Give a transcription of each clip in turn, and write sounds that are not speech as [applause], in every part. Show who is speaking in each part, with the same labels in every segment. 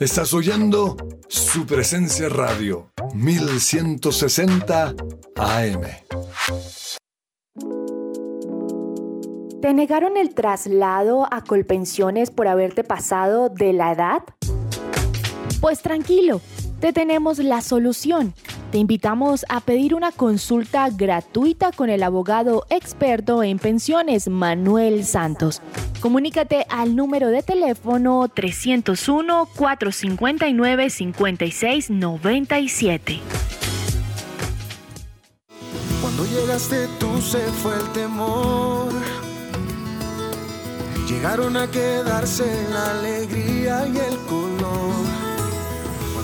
Speaker 1: Estás oyendo su presencia radio 1160 AM.
Speaker 2: ¿Te negaron el traslado a Colpensiones por haberte pasado de la edad? Pues tranquilo, te tenemos la solución. Te invitamos a pedir una consulta gratuita con el abogado experto en pensiones Manuel Santos. Comunícate al número de teléfono 301-459-5697.
Speaker 3: Cuando llegaste tú se fue el temor. Llegaron a quedarse la alegría y el color.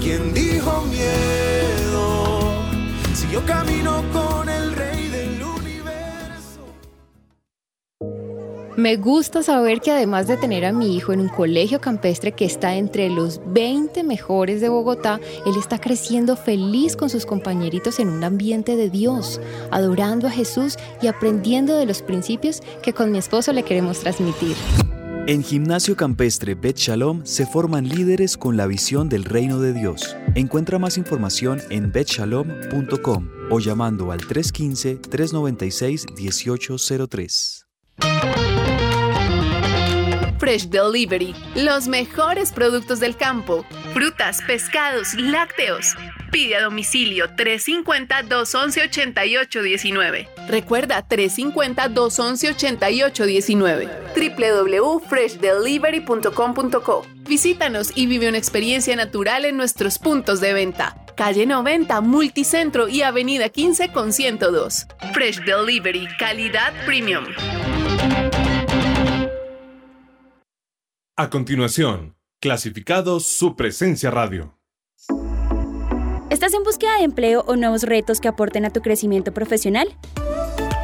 Speaker 3: ¿Quién dijo miedo? Si yo camino con el rey del universo.
Speaker 4: Me gusta saber que además de tener a mi hijo en un colegio campestre que está entre los 20 mejores de Bogotá, él está creciendo feliz con sus compañeritos en un ambiente de Dios, adorando a Jesús y aprendiendo de los principios que con mi esposo le queremos transmitir.
Speaker 5: En Gimnasio Campestre Bet Shalom se forman líderes con la visión del reino de Dios. Encuentra más información en betshalom.com o llamando al 315-396-1803.
Speaker 6: Fresh Delivery, los mejores productos del campo, frutas, pescados, lácteos. Pide a domicilio 350-211-8819. Recuerda 350-211-8819. www.freshdelivery.com.co. Visítanos y vive una experiencia natural en nuestros puntos de venta. Calle 90, Multicentro y Avenida 15 con 102. Fresh Delivery, calidad premium.
Speaker 7: A continuación, clasificados su presencia radio.
Speaker 8: ¿Estás en búsqueda de empleo o nuevos retos que aporten a tu crecimiento profesional?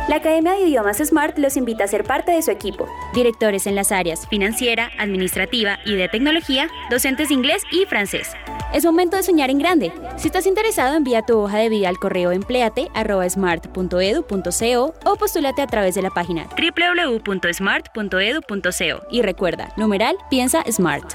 Speaker 8: La Academia de Idiomas Smart los invita a ser parte de su equipo. Directores en las áreas financiera, administrativa y de tecnología, docentes de inglés y francés. Es momento de soñar en grande. Si estás interesado, envía tu hoja de vida al correo empleate@smart.edu.co o postúlate a través de la página www.smart.edu.co y recuerda, numeral piensa smart.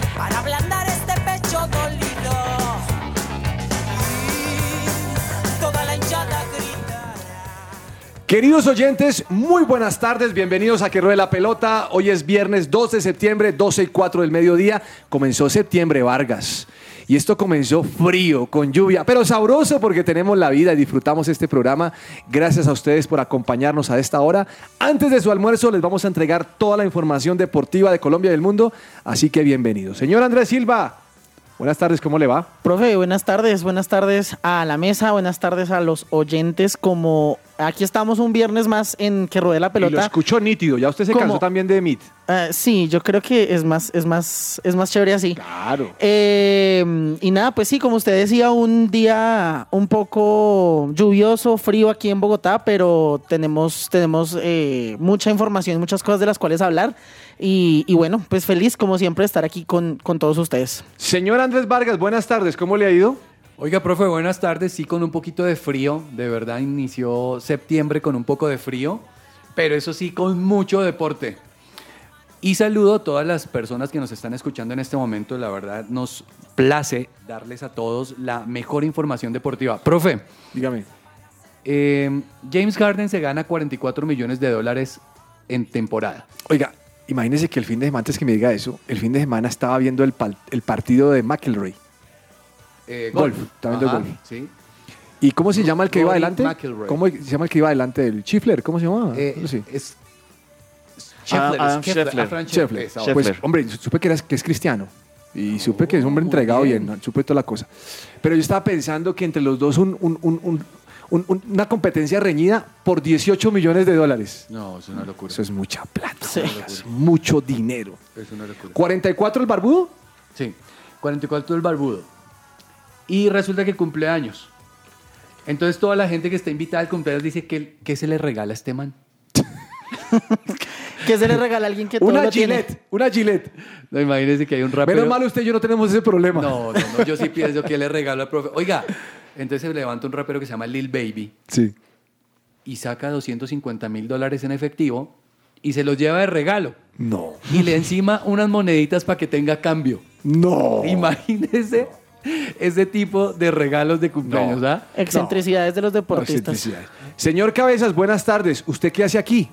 Speaker 9: para ablandar este pecho dolido. Y toda la hinchada gritará.
Speaker 10: Queridos oyentes, muy buenas tardes, bienvenidos a Que Rueda la Pelota. Hoy es viernes 2 de septiembre, 12 y 4 del mediodía. Comenzó septiembre, Vargas. Y esto comenzó frío, con lluvia, pero sabroso porque tenemos la vida y disfrutamos este programa. Gracias a ustedes por acompañarnos a esta hora. Antes de su almuerzo les vamos a entregar toda la información deportiva de Colombia y del mundo, así que bienvenidos. Señor Andrés Silva, buenas tardes, ¿cómo le va?
Speaker 11: Profe, buenas tardes, buenas tardes a la mesa, buenas tardes a los oyentes. Como aquí estamos un viernes más en que rodea la
Speaker 10: Y lo
Speaker 11: pelota.
Speaker 10: escuchó nítido, ya usted se
Speaker 11: ¿Cómo?
Speaker 10: cansó también de Meet.
Speaker 11: Ah, sí, yo creo que es más, es más, es más chévere así.
Speaker 10: Claro.
Speaker 11: Eh, y nada, pues sí, como usted decía, un día un poco lluvioso, frío aquí en Bogotá, pero tenemos, tenemos eh, mucha información, muchas cosas de las cuales hablar. Y, y bueno, pues feliz como siempre de estar aquí con, con todos ustedes.
Speaker 10: Señor Andrés Vargas, buenas tardes, ¿cómo le ha ido?
Speaker 12: Oiga, profe, buenas tardes. Sí, con un poquito de frío. De verdad, inició septiembre con un poco de frío, pero eso sí, con mucho deporte. Y saludo a todas las personas que nos están escuchando en este momento. La verdad, nos place darles a todos la mejor información deportiva. Profe,
Speaker 10: Dígame.
Speaker 12: eh, James Harden se gana 44 millones de dólares en temporada.
Speaker 10: Oiga, Imagínense que el fin de semana, antes que me diga eso, el fin de semana estaba viendo el, pal- el partido de McElroy.
Speaker 12: Eh,
Speaker 10: golf. Estaba viendo
Speaker 12: Ajá,
Speaker 10: golf.
Speaker 12: Sí.
Speaker 10: ¿Y cómo se llama el que iba
Speaker 12: Rory
Speaker 10: adelante?
Speaker 12: McIlroy.
Speaker 10: ¿Cómo se llama el que iba adelante? ¿El Chifler? ¿Cómo se llamaba?
Speaker 12: Eh,
Speaker 10: Sí.
Speaker 12: Es
Speaker 10: Ah,
Speaker 12: Scheffler,
Speaker 10: ah,
Speaker 12: es Scheffler, ah, Fran Scheffler,
Speaker 10: Scheffler.
Speaker 12: esa
Speaker 10: Pues,
Speaker 12: otra.
Speaker 10: hombre, supe que, eras- que es cristiano. Y supe que es
Speaker 12: Oh,
Speaker 10: un hombre entregado bien. supe toda la cosa. Pero yo estaba pensando que entre los dos un- un- un- un- un- un- una competencia reñida por 18 millones de dólares.
Speaker 12: No, es una locura.
Speaker 10: Eso es mucha plata.
Speaker 12: Sí.
Speaker 10: oigas, mucho dinero.
Speaker 12: Es una locura.
Speaker 10: ¿44 el barbudo?
Speaker 12: Sí, 44 el barbudo. Y resulta que cumple años. Entonces toda la gente que está invitada al cumpleaños dice que, que se le regala a este man.
Speaker 11: ¿Qué se le regala a
Speaker 10: [laughs]
Speaker 11: alguien que todo
Speaker 12: Una
Speaker 11: lo tiene?
Speaker 12: Gillette. Una Gillette. No, imagínese que hay un rapero.
Speaker 10: Menos mal usted y yo no tenemos ese problema.
Speaker 12: No, no, no, yo sí pienso que le regalo al profe. Oiga, entonces se levanta un rapero que se llama Lil Baby
Speaker 10: Sí.
Speaker 12: y saca 250 mil dólares en efectivo y se los lleva de regalo.
Speaker 10: No.
Speaker 12: Y le encima unas moneditas para que tenga cambio.
Speaker 10: No.
Speaker 12: Imagínese ese tipo de regalos de cumpleaños, ¿ah?
Speaker 11: Excentricidades de los
Speaker 12: No,
Speaker 11: deportistas.
Speaker 12: excentricidades.
Speaker 10: Señor Cabezas, buenas tardes. ¿Usted qué hace aquí?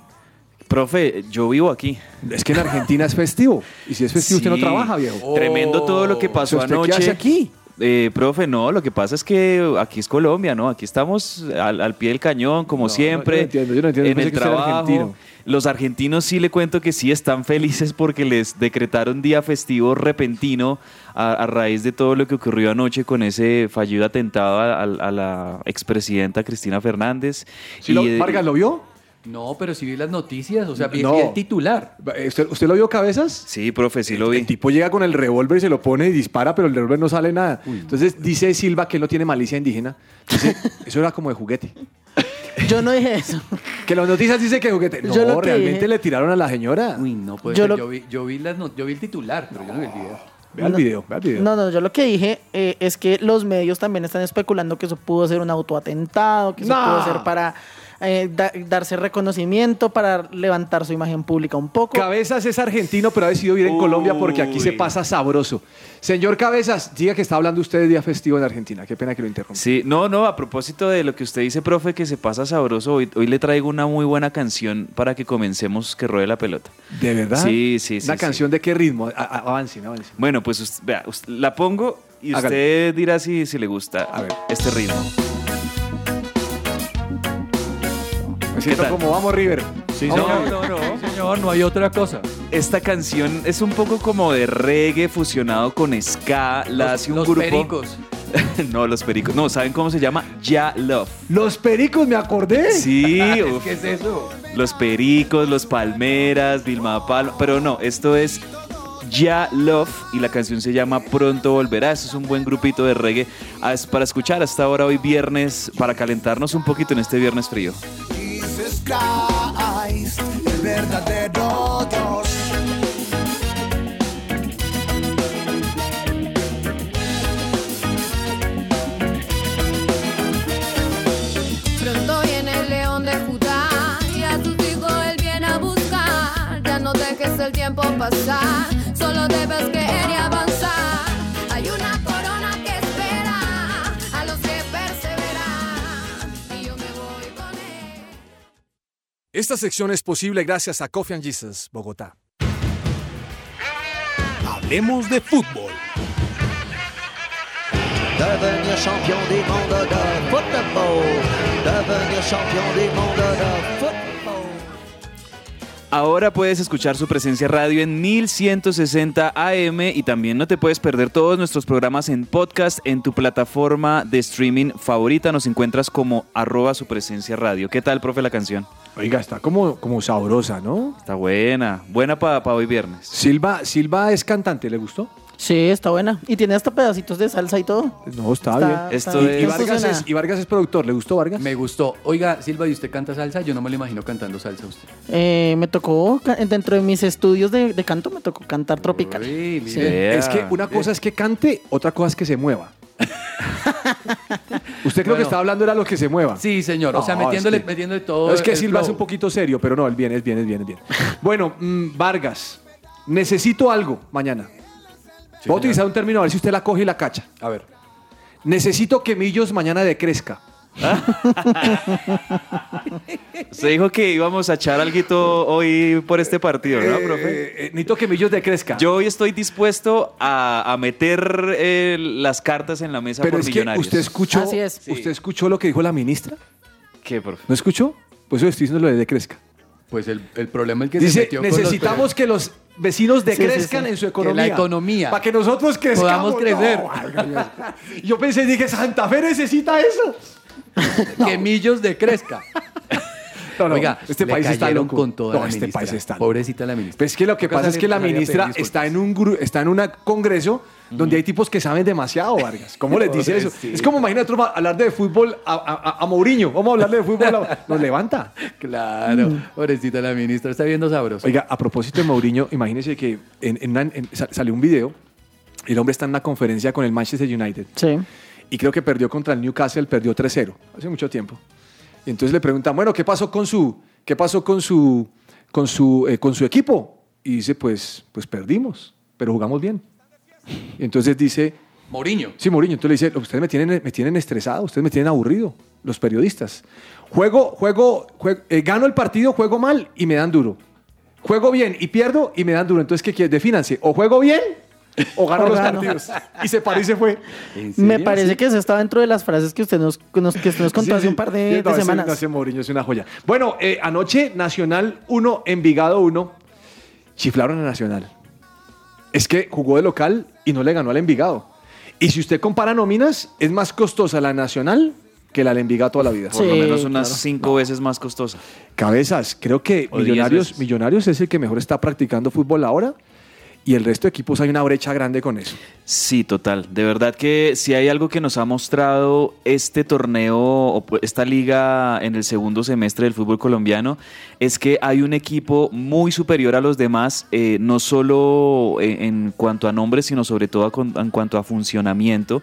Speaker 5: Profe, yo vivo aquí.
Speaker 10: Es que en Argentina es festivo. Y si es festivo, usted no
Speaker 5: Sí. Oh.
Speaker 10: trabaja, viejo. Oh.
Speaker 5: Tremendo todo lo que pasó
Speaker 10: ¿Usted qué
Speaker 5: anoche.
Speaker 10: hace aquí?
Speaker 5: Eh, profe, no, lo que pasa es que aquí es Colombia, ¿no? Aquí estamos al, al pie del cañón, como siempre.
Speaker 10: yo no entiendo, yo no entiendo.
Speaker 5: En
Speaker 10: Pensé
Speaker 5: el
Speaker 10: que usted era
Speaker 5: trabajo.
Speaker 10: argentino.
Speaker 5: Los argentinos sí le cuento que sí están felices porque les decretaron día festivo repentino a, a raíz de todo lo que ocurrió anoche con ese fallido atentado a, a- a la expresidenta Cristina Fernández.
Speaker 10: Sí, lo-
Speaker 5: eh,
Speaker 10: Vargas, ¿lo vio?
Speaker 12: No, pero si vi las noticias, o sea, vi,
Speaker 5: No.
Speaker 12: vi el titular.
Speaker 10: eh, ¿Usted, usted lo vio cabezas?
Speaker 5: Sí, profe, sí lo vi.
Speaker 10: El tipo llega con el revólver, se lo pone y dispara, pero el revólver no sale nada. Entonces dice Silva que él no tiene malicia indígena. Dice, eso era como de juguete.
Speaker 11: Yo no dije eso.
Speaker 10: Que las noticias dicen que de juguete. No,
Speaker 11: Yo lo que
Speaker 10: realmente
Speaker 11: dije-
Speaker 10: le tiraron a la señora.
Speaker 12: Uy, no puede
Speaker 11: Yo
Speaker 12: ser. Pues, Yo,
Speaker 11: lo-
Speaker 12: vi, yo vi las not- yo vi el titular, pero yo no vi el video.
Speaker 10: Vea el
Speaker 11: No.
Speaker 10: video, vea el video.
Speaker 11: No, no, yo lo que dije eh, es que los medios también están especulando que eso pudo ser un autoatentado, que eso
Speaker 10: No.
Speaker 11: pudo ser para eh, da- darse reconocimiento, para levantar su imagen pública un poco.
Speaker 10: Cabezas es argentino, pero ha decidido vivir en Colombia porque aquí se pasa sabroso. Señor Cabezas, diga que está hablando usted de día festivo en Argentina. Qué pena que lo interrumpa.
Speaker 5: Sí, no, no, a propósito de lo que usted dice, profe, que se pasa sabroso, hoy, hoy le traigo una muy buena canción para que comencemos que ruede la pelota.
Speaker 10: ¿De verdad?
Speaker 5: Sí, sí, sí.
Speaker 10: ¿Una
Speaker 5: sí.
Speaker 10: canción de qué ritmo? A- a- Avancen, avancen.
Speaker 5: Bueno, pues us- vea, us- la pongo y usted
Speaker 10: Hágale.
Speaker 5: dirá si, si le gusta este ritmo.
Speaker 10: Me siento
Speaker 5: tal?
Speaker 10: como vamos, River.
Speaker 5: Sí,
Speaker 10: Vamos,
Speaker 5: señor.
Speaker 10: River.
Speaker 12: Señor, no hay otra cosa.
Speaker 5: Esta canción es un poco como de reggae fusionado con ska, la
Speaker 12: Los-
Speaker 5: hace un
Speaker 12: los
Speaker 5: grupo...
Speaker 12: pericos.
Speaker 5: [laughs] no, los pericos. No, ¿saben cómo se llama? Ya Love.
Speaker 10: Los pericos, me acordé. [laughs]
Speaker 5: Sí, uf.
Speaker 12: ¿Qué es eso?
Speaker 5: Los Pericos, Los Palmeras, Vilma Palma. Pero no, esto es Ya Love y la canción se llama Pronto Volverá. Esto es un buen grupito de reggae as- para escuchar hasta ahora hoy viernes, para calentarnos un poquito en este viernes frío.
Speaker 3: Jesus Christ, el verdadero Dios.
Speaker 13: Pronto viene el león de Judá y a sus hijos él viene a buscar. Ya no dejes el tiempo pasar, solo debes creer y avanzar. Hay una corona que espera a los que perseveran. Y yo me voy con él.
Speaker 10: Esta sección es posible gracias a Coffee and Jesus, Bogotá.
Speaker 14: Hablemos de fútbol.
Speaker 15: Devenir champion du monde de football. Devenir champion du monde de football.
Speaker 5: Ahora puedes escuchar su presencia radio en 1160 AM y también no te puedes perder todos nuestros programas en podcast en tu plataforma de streaming favorita. Nos encuentras como arroba su presencia radio. ¿Qué tal, profe, la canción?
Speaker 10: Oiga, está como, como sabrosa, ¿no?
Speaker 5: Está buena, buena para hoy viernes.
Speaker 10: Silva, Silva es cantante, ¿le gustó?
Speaker 11: Sí, Eh, está buena. Y tiene hasta pedacitos de salsa y todo.
Speaker 10: No, está,
Speaker 11: Está-
Speaker 10: bien.
Speaker 11: está Esto bien.
Speaker 10: y,
Speaker 11: es-
Speaker 10: y Vargas
Speaker 11: funciona.
Speaker 10: es, y Vargas es productor, ¿le gustó Vargas?
Speaker 12: Me gustó. Oiga, Silva, ¿y usted canta salsa? Yo no me lo imagino cantando salsa a usted.
Speaker 11: Eh, me tocó, ca- dentro de mis estudios de, de canto, me tocó cantar tropical. Sí.
Speaker 10: Es que una cosa es que cante, otra cosa es que
Speaker 12: [laughs]
Speaker 10: se mueva. Usted creo que
Speaker 12: Bueno.
Speaker 10: estaba hablando era lo que se mueva.
Speaker 12: Sí, señor. O sea,
Speaker 10: No, es
Speaker 12: metiéndole,
Speaker 10: que-
Speaker 12: metiéndole
Speaker 10: No,
Speaker 12: todo.
Speaker 10: es que
Speaker 12: el
Speaker 10: Silva es
Speaker 12: flow.
Speaker 10: un poquito serio, pero no, él bien, es bien, es bien, es bien. Bueno, mm, Vargas, necesito algo mañana. Voy a utilizar un término a ver si usted la coge y la cacha.
Speaker 12: A ver.
Speaker 10: Necesito que Millos mañana decrezca.
Speaker 12: ¿Ah?
Speaker 5: Se dijo que íbamos a echar algo hoy por este partido, ¿verdad,
Speaker 10: Eh,
Speaker 5: profe?
Speaker 10: necesito que Millos decrezca.
Speaker 5: Yo hoy estoy dispuesto a, a meter eh, las cartas en la mesa
Speaker 10: Pero
Speaker 5: por
Speaker 10: es que
Speaker 5: millonarios.
Speaker 10: usted escuchó, usted escuchó lo que dijo la ministra.
Speaker 5: ¿Qué, profe?
Speaker 10: ¿No escuchó? Pues yo estoy diciendo lo de decrezca.
Speaker 12: Pues el, el problema es que se
Speaker 10: Dice,
Speaker 12: metió con los-
Speaker 10: necesitamos que los vecinos
Speaker 12: Sí, sí,
Speaker 10: decrezcan
Speaker 12: sí.
Speaker 10: en su
Speaker 12: Que
Speaker 10: economía.
Speaker 12: la economía
Speaker 10: Para que nosotros crezcamos.
Speaker 12: podamos crecer.
Speaker 10: No, valga Dios. yo pensé, dije, Santa Fe necesita eso.
Speaker 12: [laughs] que Millos decrezca.
Speaker 10: No, no,
Speaker 12: Oiga,
Speaker 10: este
Speaker 12: le
Speaker 10: país está
Speaker 12: cayeron
Speaker 10: loco.
Speaker 12: con toda
Speaker 10: no,
Speaker 12: la
Speaker 10: este
Speaker 12: ministra.
Speaker 10: país está loco.
Speaker 12: Pobrecita la ministra.
Speaker 10: Pero Pues es que lo que
Speaker 12: Pues Toca
Speaker 10: pasa es que la
Speaker 12: salir-
Speaker 10: ministra
Speaker 12: salir a pedir
Speaker 10: está en un gru- está en un congreso donde hay tipos que saben demasiado, Vargas. ¿Cómo les dice eso?
Speaker 12: Pobrecito.
Speaker 10: Es como imagínate otro va- hablar de fútbol a, a- a- a Mourinho. Vamos a hablarle de
Speaker 12: [laughs]
Speaker 10: fútbol. a- Nos levanta.
Speaker 12: Claro,
Speaker 10: Mm.
Speaker 12: pobrecita la ministra, está viendo sabroso.
Speaker 10: Oiga, a propósito de Mourinho, imagínese que en, en una- en- sa- salió un video. El hombre está en una conferencia con el Manchester United. Y creo que perdió contra el Newcastle, perdió 3-0. Hace mucho tiempo. Y entonces le preguntan, bueno, ¿qué pasó con su, qué pasó con su, con su, eh, con su equipo? Y dice, pues, pues perdimos, pero jugamos bien. Y entonces dice,
Speaker 12: Moriño.
Speaker 10: Sí, Mourinho. Entonces le dice, ustedes me tienen, me tienen estresado, ustedes me tienen aburrido, los periodistas. Juego, juego, jue- eh, gano el partido, juego mal y me dan duro. Juego bien y pierdo y me dan duro. Entonces, ¿qué quieres? Defínanse. O juego bien o gano
Speaker 11: [laughs] O
Speaker 10: los
Speaker 11: gano.
Speaker 10: partidos. Y se paró y se fue.
Speaker 11: Me parece que eso estaba dentro de las frases que usted nos, que nos, que usted nos contó
Speaker 10: Sí,
Speaker 11: hace
Speaker 10: sí.
Speaker 11: un par de,
Speaker 10: Sí, no,
Speaker 11: de
Speaker 10: ese-
Speaker 11: semanas.
Speaker 10: no, ese Mourinho es una joya. Bueno, eh, anoche Nacional 1, Envigado 1. Chiflaron a Nacional. Es que jugó de local y no le ganó al Envigado. Y si usted compara nóminas, es más costosa la Nacional que la del Envigado toda la vida.
Speaker 5: Por lo menos unas cinco veces más costosa.
Speaker 10: Cabezas, creo que
Speaker 5: O diez
Speaker 10: Millonarios,
Speaker 5: veces.
Speaker 10: Millonarios es el que mejor está practicando fútbol ahora. Y el resto de equipos hay una brecha grande con eso.
Speaker 5: Sí, total. De verdad que si hay algo que nos ha mostrado este torneo o pu- esta liga en el segundo semestre del fútbol colombiano es que hay un equipo muy superior a los demás, eh, no solo en, en cuanto a nombres, sino sobre todo a con- en cuanto a funcionamiento.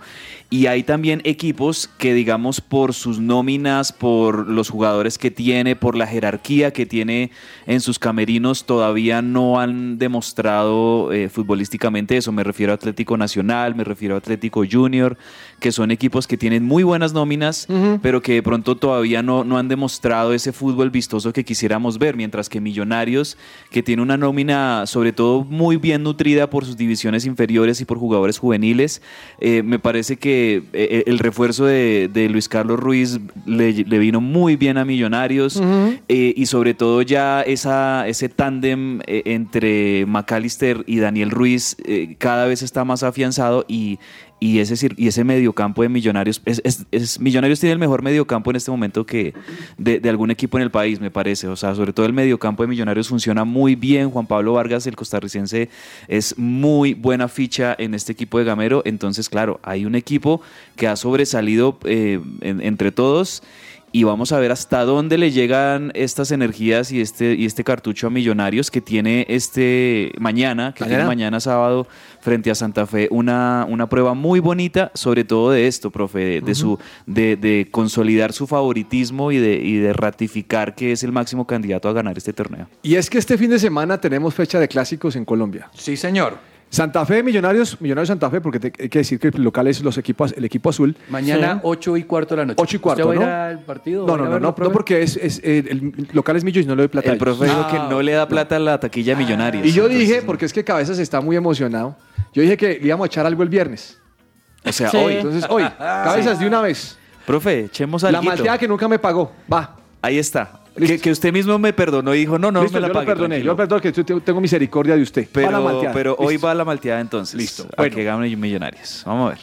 Speaker 5: Y hay también equipos que, digamos, por sus nóminas, por los jugadores que tiene, por la jerarquía que tiene en sus camerinos, todavía no han demostrado eh, futbolísticamente eso. Me refiero a Atlético Nacional, me refiero a Atlético Junior, que son equipos que tienen muy buenas nóminas, pero que de pronto todavía no, no han demostrado ese fútbol vistoso que quisiéramos ver, mientras que Millonarios, que tiene una nómina sobre todo muy bien nutrida por sus divisiones inferiores y por jugadores juveniles, eh, me parece que eh, el refuerzo de, de Luis Carlos Ruiz le, le vino muy bien a Millonarios
Speaker 16: Ujú.
Speaker 5: eh, y sobre todo ya esa, ese tándem eh, entre McAllister y Daniel Ruiz eh, cada vez está más afianzado y, y ese, cir- y ese mediocampo de Millonarios, es, es- es- Millonarios tiene el mejor mediocampo en este momento que de, de algún equipo en el país, me parece. O sea, sobre todo el mediocampo de Millonarios funciona muy bien. Juan Pablo Vargas, el costarricense, es muy buena ficha en este equipo de Gamero. Entonces, claro, hay un equipo que ha sobresalido eh, en- entre todos y vamos a ver hasta dónde le llegan estas energías y este, y este cartucho a Millonarios que tiene este mañana, que
Speaker 10: Mañana.
Speaker 5: tiene mañana sábado frente a Santa Fe, una, una prueba muy bonita, sobre todo de esto, profe, de, de su, de, de consolidar su favoritismo y de, y de ratificar que es el máximo candidato a ganar este torneo.
Speaker 10: Y es que este fin de semana tenemos fecha de clásicos en Colombia.
Speaker 12: Sí, señor.
Speaker 10: Santa Fe, Millonarios, Millonarios Santa Fe, porque te- hay que decir que el local es los equipos, el equipo azul.
Speaker 12: Mañana 8 y cuarto de la noche.
Speaker 10: 8 y cuarto,
Speaker 12: ¿Usted va a ir
Speaker 10: ¿no?
Speaker 12: al partido? ¿Va a ir
Speaker 10: No, no,
Speaker 12: a
Speaker 10: no,
Speaker 12: verlo,
Speaker 10: no,
Speaker 12: profe?
Speaker 10: no, porque es, es, eh, el local es Millos y no lo doy plata.
Speaker 5: El profe dijo que no le da plata a la taquilla de Millonarios.
Speaker 10: Y yo dije, porque es que Cabezas está muy emocionado, yo dije que le íbamos a echar algo el viernes.
Speaker 5: O sea,
Speaker 10: Sí.
Speaker 5: hoy.
Speaker 10: Entonces,
Speaker 5: [laughs]
Speaker 10: hoy, Cabezas, de una vez.
Speaker 5: Profe, echemos
Speaker 10: La
Speaker 5: alguito.
Speaker 10: malteada que nunca me pagó, va.
Speaker 5: Ahí está. Que, que usted mismo me perdonó y dijo, no, no,
Speaker 10: Listo,
Speaker 5: me la
Speaker 10: yo
Speaker 5: pague,
Speaker 10: lo perdoné,
Speaker 5: tranquilo.
Speaker 10: yo perdono que yo tengo misericordia de usted. Va la
Speaker 5: Pero,
Speaker 10: malteada.
Speaker 5: pero hoy
Speaker 10: Listo.
Speaker 5: va la malteada entonces. Listo. A que gane Millonarios. Vamos a ver.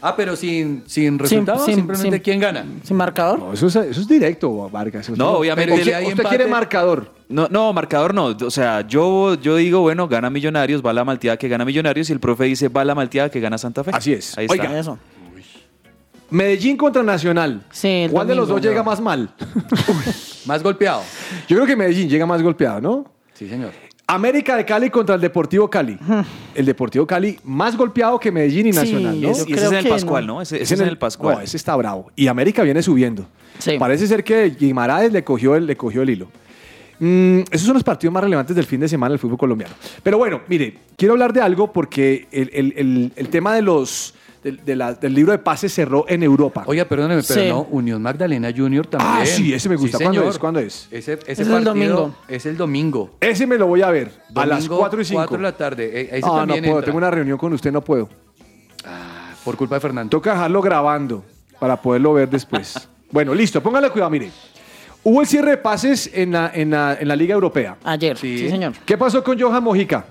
Speaker 12: Ah, pero sin, sin resultado,
Speaker 11: sin-
Speaker 12: simplemente
Speaker 11: sin-
Speaker 12: quién gana.
Speaker 11: ¿Sin marcador?
Speaker 10: No, eso, es, eso es directo, Vargas.
Speaker 5: No, obviamente.
Speaker 10: Usted-
Speaker 5: Pero si hay
Speaker 10: usted
Speaker 5: empate-
Speaker 10: quiere marcador.
Speaker 5: No, no, marcador no. O sea, yo, yo digo, bueno, gana Millonarios, va la malteada que gana Millonarios y el profe dice, va la malteada que gana Santa Fe. Así
Speaker 10: es.
Speaker 5: Ahí
Speaker 10: Oiga,
Speaker 5: está.
Speaker 10: eso. Medellín contra Nacional.
Speaker 11: Sí,
Speaker 10: ¿Cuál de los
Speaker 11: domingo,
Speaker 10: dos llega
Speaker 11: no.
Speaker 5: [laughs]
Speaker 10: más mal?
Speaker 12: más golpeado.
Speaker 10: Yo creo que Medellín llega más golpeado, ¿no?
Speaker 12: Sí, señor.
Speaker 10: América de Cali contra el Deportivo Cali. El Deportivo Cali más golpeado que Medellín y
Speaker 5: Hmm. Sí,
Speaker 10: Nacional, ¿no?
Speaker 5: yo Y ese creo es en el que Pascual, no. ¿no? Ese- ese es en el Pascual.
Speaker 10: No, ese está bravo. Y América viene subiendo. Parece ser que Guimaraes le cogió el, le cogió el hilo. Mm, esos son los partidos más relevantes del fin de semana del fútbol colombiano. Pero bueno, mire, quiero hablar de algo porque el, el- el- el tema de los, del, de la- del libro de pases cerró en Europa.
Speaker 12: Oiga, perdóneme, pero
Speaker 10: Sí.
Speaker 12: no, Unión Magdalena Junior también.
Speaker 10: Ah, sí, ese me gusta. ¿Cuándo
Speaker 12: señor.
Speaker 10: es? ¿Cuándo es?
Speaker 12: Ese, ese
Speaker 10: Es el
Speaker 12: partido
Speaker 10: domingo.
Speaker 12: Es el domingo.
Speaker 10: Ese me lo voy a ver a las
Speaker 12: Domingo,
Speaker 10: 4 y 5.
Speaker 12: 4 de la tarde. Eh, ese
Speaker 10: Ah, no puedo,
Speaker 12: también entra. Ah,
Speaker 10: tengo una reunión con usted, no puedo.
Speaker 12: por culpa de Fernando.
Speaker 10: Toca dejarlo grabando para poderlo ver
Speaker 12: [laughs]
Speaker 10: después. bueno, listo, póngale cuidado, mire. Hubo el cierre de pases en la, en la- en la Liga Europea.
Speaker 11: Ayer,
Speaker 12: sí, señor.
Speaker 10: ¿Qué pasó con Johan Mojica?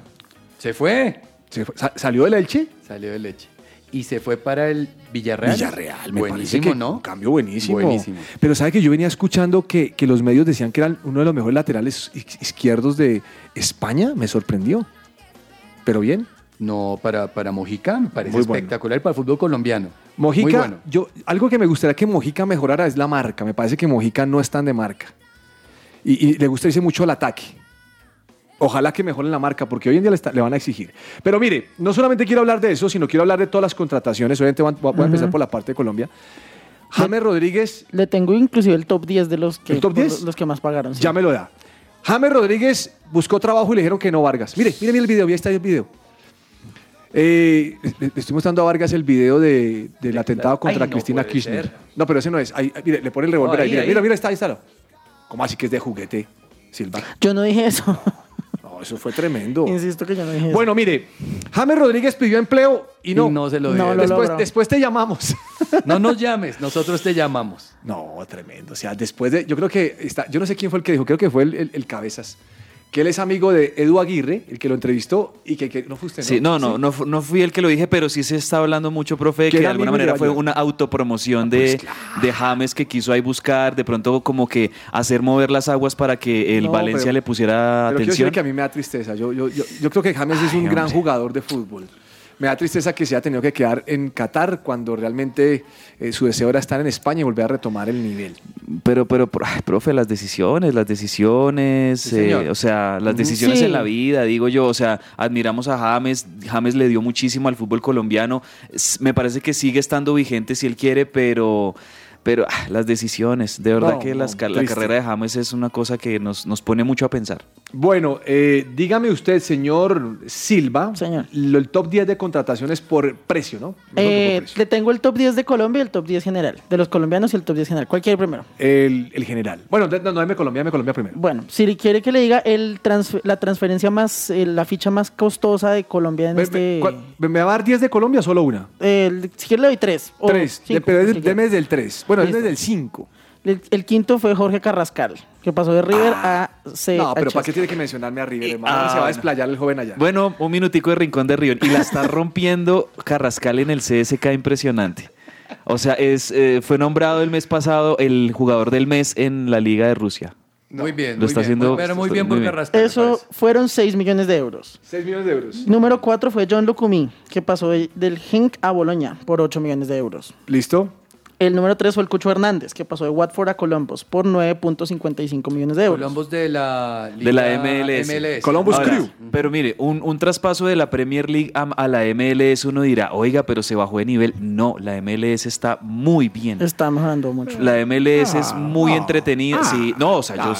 Speaker 12: Se fue.
Speaker 10: Se fue. Sa- ¿Salió del Elche?
Speaker 12: Salió de leche. Y se fue para el Villarreal.
Speaker 10: Villarreal, me
Speaker 12: Buenísimo,
Speaker 10: parece que
Speaker 12: ¿no?
Speaker 10: un cambio buenísimo.
Speaker 12: Buenísimo.
Speaker 10: Pero sabe que yo venía escuchando que, que los medios decían que eran uno de los mejores laterales iz- izquierdos de España. Me sorprendió. Pero bien.
Speaker 12: No, para, para Mojica me parece
Speaker 10: Muy bueno.
Speaker 12: espectacular para el fútbol colombiano.
Speaker 10: Mojica,
Speaker 12: Muy bueno.
Speaker 10: yo, algo que me gustaría que Mojica mejorara es la marca. Me parece que Mojica no es tan de marca. Y, y le gusta irse mucho al ataque. Ojalá que mejoren la marca, porque hoy en día le, está- le van a exigir. Pero mire, no solamente quiero hablar de eso, sino quiero hablar de todas las contrataciones. Obviamente van- voy a voy a empezar
Speaker 11: Ujú.
Speaker 10: por la parte de Colombia. James Rodríguez.
Speaker 11: Le tengo inclusive el top 10 de los que,
Speaker 10: ¿El top
Speaker 11: por
Speaker 10: 10?
Speaker 11: Los que más pagaron. sí.
Speaker 10: Ya me lo da. James Rodríguez buscó trabajo y le dijeron que no Vargas. Mire, mire, mire el video, ya está el video. Eh, le, le estoy mostrando a Vargas el video de- del atentado contra
Speaker 12: Ay, no
Speaker 10: Cristina
Speaker 12: puede
Speaker 10: Kirchner.
Speaker 12: ser.
Speaker 10: No, pero ese no es. Ahí, ahí, mire, le pone el revólver
Speaker 12: No,
Speaker 10: ahí,
Speaker 12: ahí,
Speaker 10: Mira,
Speaker 12: ahí.
Speaker 10: mira, mira, está, ahí está. ¿Cómo así que es de juguete, Silva?
Speaker 11: Yo no dije eso.
Speaker 10: No, eso fue tremendo.
Speaker 11: Insisto que yo no dije eso.
Speaker 10: Bueno, mire, James Rodríguez pidió empleo y no.
Speaker 12: Y no se lo dieron.
Speaker 10: después, después
Speaker 12: [laughs]
Speaker 10: te llamamos.
Speaker 12: No nos llames, nosotros te llamamos.
Speaker 10: No, tremendo. O sea, después de. Yo creo que. Está, yo no sé quién fue el que dijo, creo que fue el, el- el Cabezas. Que él es amigo de Edu Aguirre, el que lo entrevistó y que, que- no fue usted.
Speaker 5: Sí, no, no, no, fu- no fui el que lo dije, pero sí se está hablando mucho, profe,
Speaker 10: Que
Speaker 5: que de
Speaker 10: era
Speaker 5: alguna
Speaker 10: amigo de
Speaker 5: manera fue
Speaker 10: Bayern.
Speaker 5: una
Speaker 10: Ah,
Speaker 5: autopromoción
Speaker 10: pues
Speaker 5: de, de James que quiso ahí buscar, de pronto como que hacer mover las aguas para que el
Speaker 10: No,
Speaker 5: Valencia
Speaker 10: pero-
Speaker 5: le pusiera
Speaker 10: Pero quiero
Speaker 5: atención.
Speaker 10: decirle que a mí me da tristeza. Yo, yo, yo, yo creo que James es un
Speaker 5: Ay,
Speaker 10: gran
Speaker 5: hombre.
Speaker 10: jugador de fútbol. Me da tristeza que se haya tenido que quedar en Qatar cuando realmente eh, su deseo era estar en España y volver a retomar el nivel.
Speaker 5: Pero, pero, pro- ay, profe, las decisiones, las decisiones, eh,
Speaker 10: señor.
Speaker 5: o sea, las
Speaker 10: Ujú.
Speaker 5: decisiones
Speaker 10: Sí.
Speaker 5: en la vida, digo yo, o sea, admiramos a James, James le dio muchísimo al fútbol colombiano, s- me parece que sigue estando vigente si él quiere, pero, pero ah, las decisiones, de verdad
Speaker 10: No,
Speaker 5: que
Speaker 10: no,
Speaker 5: las ca- la
Speaker 10: triste.
Speaker 5: carrera de James es una cosa que nos, nos pone mucho a pensar.
Speaker 10: Bueno, eh, dígame usted, señor Silva, lo- el top 10 de contrataciones por precio, ¿no?
Speaker 11: Eh, le tengo el top 10 de Colombia y el top 10 general. De los colombianos y el top 10 general. ¿Cuál quiere primero?
Speaker 10: El, el general. Bueno, de- no, no, dame Colombia, dame Colombia primero.
Speaker 11: Bueno, si quiere que le diga el transfe- la transferencia más, eh, la ficha más costosa de Colombia en
Speaker 10: Ve- ve-
Speaker 11: este... eh,
Speaker 10: ¿cuál- ¿Me, me va a dar 10 de Colombia o solo una?
Speaker 11: el- si quiere le doy tres. o
Speaker 10: 3.
Speaker 11: Oh, cinco,
Speaker 10: pero es-
Speaker 11: si quiere.
Speaker 10: deme desde el 3. Bueno,
Speaker 11: Listo.
Speaker 10: deme desde el 5.
Speaker 11: El, el quinto fue Jorge Carrascal, que pasó de River a... C
Speaker 10: Ah. No, pero
Speaker 11: a
Speaker 10: ¿para
Speaker 11: Chelsea.
Speaker 10: qué tiene que mencionarme a
Speaker 11: Eh,
Speaker 10: River? hermano?
Speaker 5: ah,
Speaker 10: se va a
Speaker 5: bueno.
Speaker 10: desplayar el joven allá.
Speaker 5: Bueno, un minutico de Rincón de Río. Y la está rompiendo Carrascal en el CSK impresionante. O sea, es, eh, fue nombrado el mes pasado el jugador del mes en la Liga de Rusia.
Speaker 12: Muy bien,
Speaker 5: Lo
Speaker 12: muy
Speaker 5: está
Speaker 12: bien.
Speaker 5: haciendo-
Speaker 12: Pero muy
Speaker 5: está-
Speaker 12: bien
Speaker 5: muy
Speaker 12: por
Speaker 5: bien.
Speaker 12: Carrasco.
Speaker 11: Eso fueron 6 millones de euros.
Speaker 10: 6 millones de euros.
Speaker 11: Número 4 fue John Lucumí, que pasó de- del Genk a Boloña por 8 millones de euros.
Speaker 10: ¿Listo?
Speaker 11: El número 3 fue el Cucho Hernández, que pasó de Watford a Columbus por 9.55 millones de euros.
Speaker 12: Colombos de la,
Speaker 5: De la
Speaker 12: Liga
Speaker 5: MLS.
Speaker 12: Colombos
Speaker 5: Ahora, mm. Pero mire, un, un traspaso de la Premier League a, a la MLS, uno dirá, oiga, pero se bajó de nivel. No, la MLS está muy bien.
Speaker 11: Está mejorando mucho.
Speaker 5: La MLS
Speaker 10: Ah,
Speaker 5: es muy entretenida. sí, no, o sea, yo.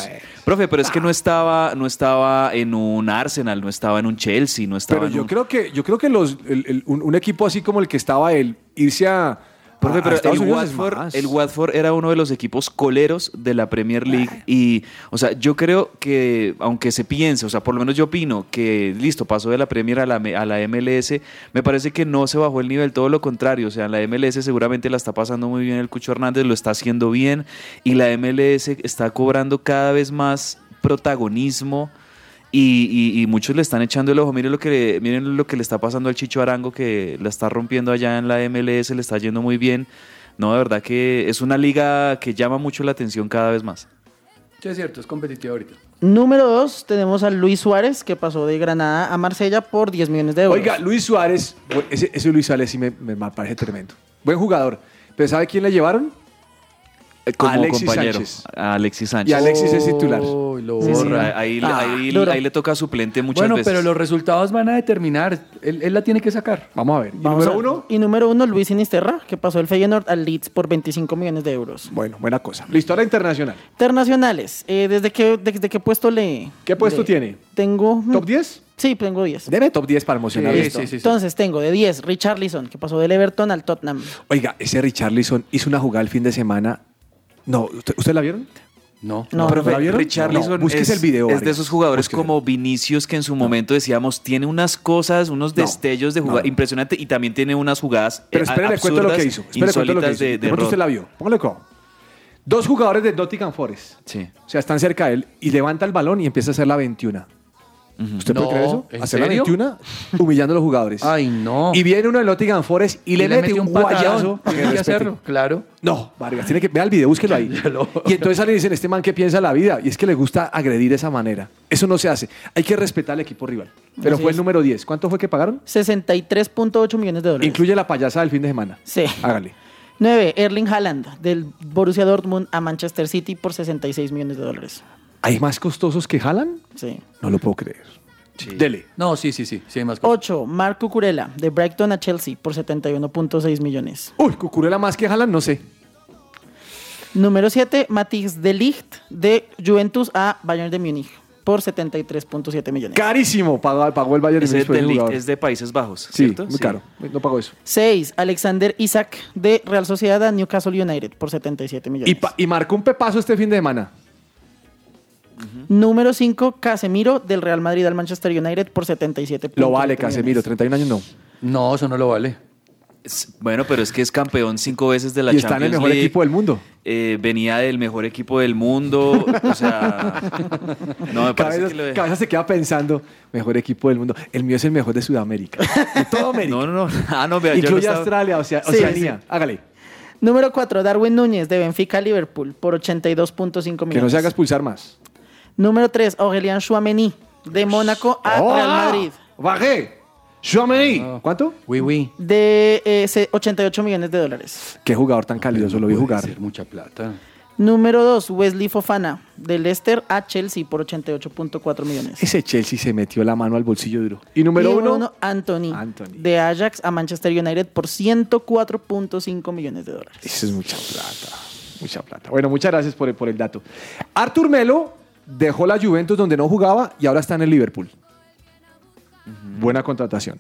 Speaker 5: Profe, pero es que no
Speaker 10: Ah.
Speaker 5: estaba, no estaba en un Arsenal, no estaba en un Chelsea, no estaba
Speaker 10: Pero
Speaker 5: en
Speaker 10: yo
Speaker 5: un.
Speaker 10: creo que, yo creo que los, el- el- un, un equipo así como el que estaba él, irse a.
Speaker 5: Profe,
Speaker 10: a- a
Speaker 5: pero
Speaker 10: Estados
Speaker 5: el
Speaker 10: Unidos es
Speaker 5: Watford,
Speaker 10: más.
Speaker 5: el Watford era uno de los equipos coleros de la Premier League y, o sea, yo creo que, aunque se piense, o sea, por lo menos yo opino que, listo, pasó de la Premier a la, M- a la MLS, me parece que no se bajó el nivel, todo lo contrario, o sea, en la MLS seguramente la está pasando muy bien el Cucho Hernández, lo está haciendo bien y la MLS está cobrando cada vez más protagonismo. Y, y- y muchos le están echando el ojo. Miren lo, que le, miren lo que le está pasando al Chicho Arango, que la está rompiendo allá en la MLS, le está yendo muy bien. No, de verdad que es una liga que llama mucho la atención cada vez más.
Speaker 12: Sí, es cierto, es competitivo ahorita.
Speaker 11: Número 2 tenemos a Luis Suárez, que pasó de Granada a Marsella por 10 millones de euros.
Speaker 10: Oiga, Luis Suárez, bu- ese, ese Luis Suárez sí me, me- me parece tremendo. Buen jugador. Pero ¿sabe quién le llevaron?
Speaker 5: eh, como
Speaker 10: Alexis
Speaker 5: compañero.
Speaker 10: Sánchez.
Speaker 5: A Alexis Sánchez.
Speaker 10: Y Alexis es titular.
Speaker 12: Uy, lo
Speaker 5: Sí, sí,
Speaker 12: borra.
Speaker 5: ahí,
Speaker 12: Ah,
Speaker 5: ahí-
Speaker 12: duro.
Speaker 5: ahí le toca suplente muchas
Speaker 12: bueno,
Speaker 5: veces.
Speaker 12: pero los resultados van a determinar. Él, él la tiene que sacar. Vamos a ver.
Speaker 11: Vamos a- Y número uno, Luis Sinisterra, que pasó el Feyenoord al Leeds por 25 millones de euros.
Speaker 10: Bueno, buena cosa. Listo, ahora internacional.
Speaker 11: Internacionales, eh, ¿desde, qué, ¿desde qué puesto le...?
Speaker 10: ¿Qué puesto
Speaker 11: le-
Speaker 10: tiene?
Speaker 11: Tengo... mm,
Speaker 10: ¿Top 10?
Speaker 11: Sí, tengo 10.
Speaker 10: Deme top 10 para emocionar.
Speaker 11: Listo. Entonces tengo de 10, Richarlison, que pasó del Everton al Tottenham.
Speaker 10: Oiga, ese Richarlison hizo una jugada el fin de semana. No, ¿usted, usted la vieron?
Speaker 12: No.
Speaker 10: No,
Speaker 5: profe,
Speaker 10: ¿la vieron?
Speaker 5: Richarlison
Speaker 10: No, búsquese
Speaker 5: es,
Speaker 10: el video,
Speaker 5: es
Speaker 10: Vargas.
Speaker 5: de esos jugadores como Vinicius que en su momento decíamos tiene unas cosas, unos destellos de jugada impresionante y también tiene unas jugadas
Speaker 10: Pero
Speaker 5: eh,
Speaker 10: espere, le cuento lo
Speaker 5: absurdas,
Speaker 10: que hizo. Espere, le cuento lo que
Speaker 5: insólitas
Speaker 10: hizo.
Speaker 5: de, de
Speaker 10: De, pronto
Speaker 5: error.
Speaker 10: usted la vio. Póngale cuidado. Dos jugadores de Nottingham Forest.
Speaker 5: Sí.
Speaker 10: O sea, están cerca de él y levanta el balón y empieza a hacer la 21. ¿Usted puede
Speaker 12: No,
Speaker 10: creer eso?
Speaker 12: ¿en
Speaker 10: Hacer la
Speaker 12: serio?
Speaker 10: 21 humillando a los jugadores. Ay,
Speaker 12: no.
Speaker 10: Y viene uno de Nottingham Forest y, le, mete un guayazo.
Speaker 12: patadón.
Speaker 10: para
Speaker 12: Tiene que
Speaker 10: respete.
Speaker 12: hacerlo, claro.
Speaker 10: No, Vargas, tiene que vea el video, búsquelo ahí. Y entonces salen y dicen, este man que piensa la vida, y es que le gusta agredir de esa manera. Eso no se hace. Hay que respetar al equipo rival. Pero
Speaker 11: Así
Speaker 10: fue el
Speaker 11: es.
Speaker 10: número 10. ¿Cuánto fue que pagaron?
Speaker 11: 63.8 millones de dólares.
Speaker 10: Incluye la payasada del fin de semana.
Speaker 11: Sí.
Speaker 10: Hágale.
Speaker 11: 9, Erling Haaland, del Borussia Dortmund a Manchester City por 66 millones de dólares.
Speaker 10: ¿Hay más costosos que jalan?
Speaker 11: Sí.
Speaker 10: No lo puedo creer. Dele.
Speaker 12: No, sí, sí, sí. Sí hay más cosas.
Speaker 11: 8, Marco Curela, de Brighton a Chelsea por 71.6 millones.
Speaker 10: Uy, Cucurella más que jalan, no sé.
Speaker 11: Número 7, Matix de Ligt, de Juventus a Bayern de Múnich por 73.7 millones.
Speaker 10: Carísimo pagó, pagó el Bayern
Speaker 5: Ese
Speaker 10: Múnich por
Speaker 5: de
Speaker 10: ese
Speaker 5: Ligt
Speaker 10: jugador.
Speaker 5: es de Países Bajos,
Speaker 10: Sí,
Speaker 5: ¿cierto?
Speaker 10: muy caro. No pagó eso.
Speaker 11: 6, Alexander Isaac, de Real Sociedad a Newcastle United por 77 millones.
Speaker 10: Y, pa- y marcó un pepazo este fin de semana.
Speaker 11: Número 5, Casemiro del Real Madrid al Manchester United por 77.
Speaker 10: Lo vale, Casemiro, 31 años no.
Speaker 12: No, eso no lo vale.
Speaker 5: Es- Bueno, pero es que es campeón cinco veces de la
Speaker 10: y está
Speaker 5: Champions
Speaker 10: en el mejor
Speaker 5: League.
Speaker 10: equipo del mundo.
Speaker 5: Eh, venía del mejor equipo del mundo. O sea, no me parece
Speaker 10: Cabezas,
Speaker 5: que lo
Speaker 10: Cabezas se queda pensando, mejor equipo del mundo. El mío es el mejor de Sudamérica. [laughs] De todo América.
Speaker 5: No, [laughs] no, no. Ah, no, vea, yo no
Speaker 10: Incluye
Speaker 5: estaba-
Speaker 10: Australia, Ocea-
Speaker 11: Sí,
Speaker 10: Oceanía. Hágale.
Speaker 11: Número 4, Darwin Núñez de Benfica a Liverpool por 82.5 millones.
Speaker 10: Que no se haga expulsar más.
Speaker 11: Número 3, Aurelian Chouameni de Mónaco a
Speaker 10: ¡Oh!
Speaker 11: Real Madrid.
Speaker 10: Bajé. Chouameni. ¿Cuánto?
Speaker 12: Oui, oui.
Speaker 11: De eh, se- 88 millones de dólares.
Speaker 10: Qué jugador tan calidoso lo vi jugar.
Speaker 12: mucha plata.
Speaker 11: Número 2, Wesley Fofana de Leicester a Chelsea por 88.4 millones.
Speaker 10: Ese Chelsea se metió la mano al bolsillo duro. Y número
Speaker 11: Y
Speaker 10: uno,
Speaker 11: Anthony, de Ajax a Manchester United por 104.5 millones de dólares.
Speaker 10: Eso es mucha plata. Mucha plata. Bueno, muchas gracias por el, por el dato. Artur Melo dejó la Juventus donde no jugaba y ahora está en el Liverpool. Buena contratación.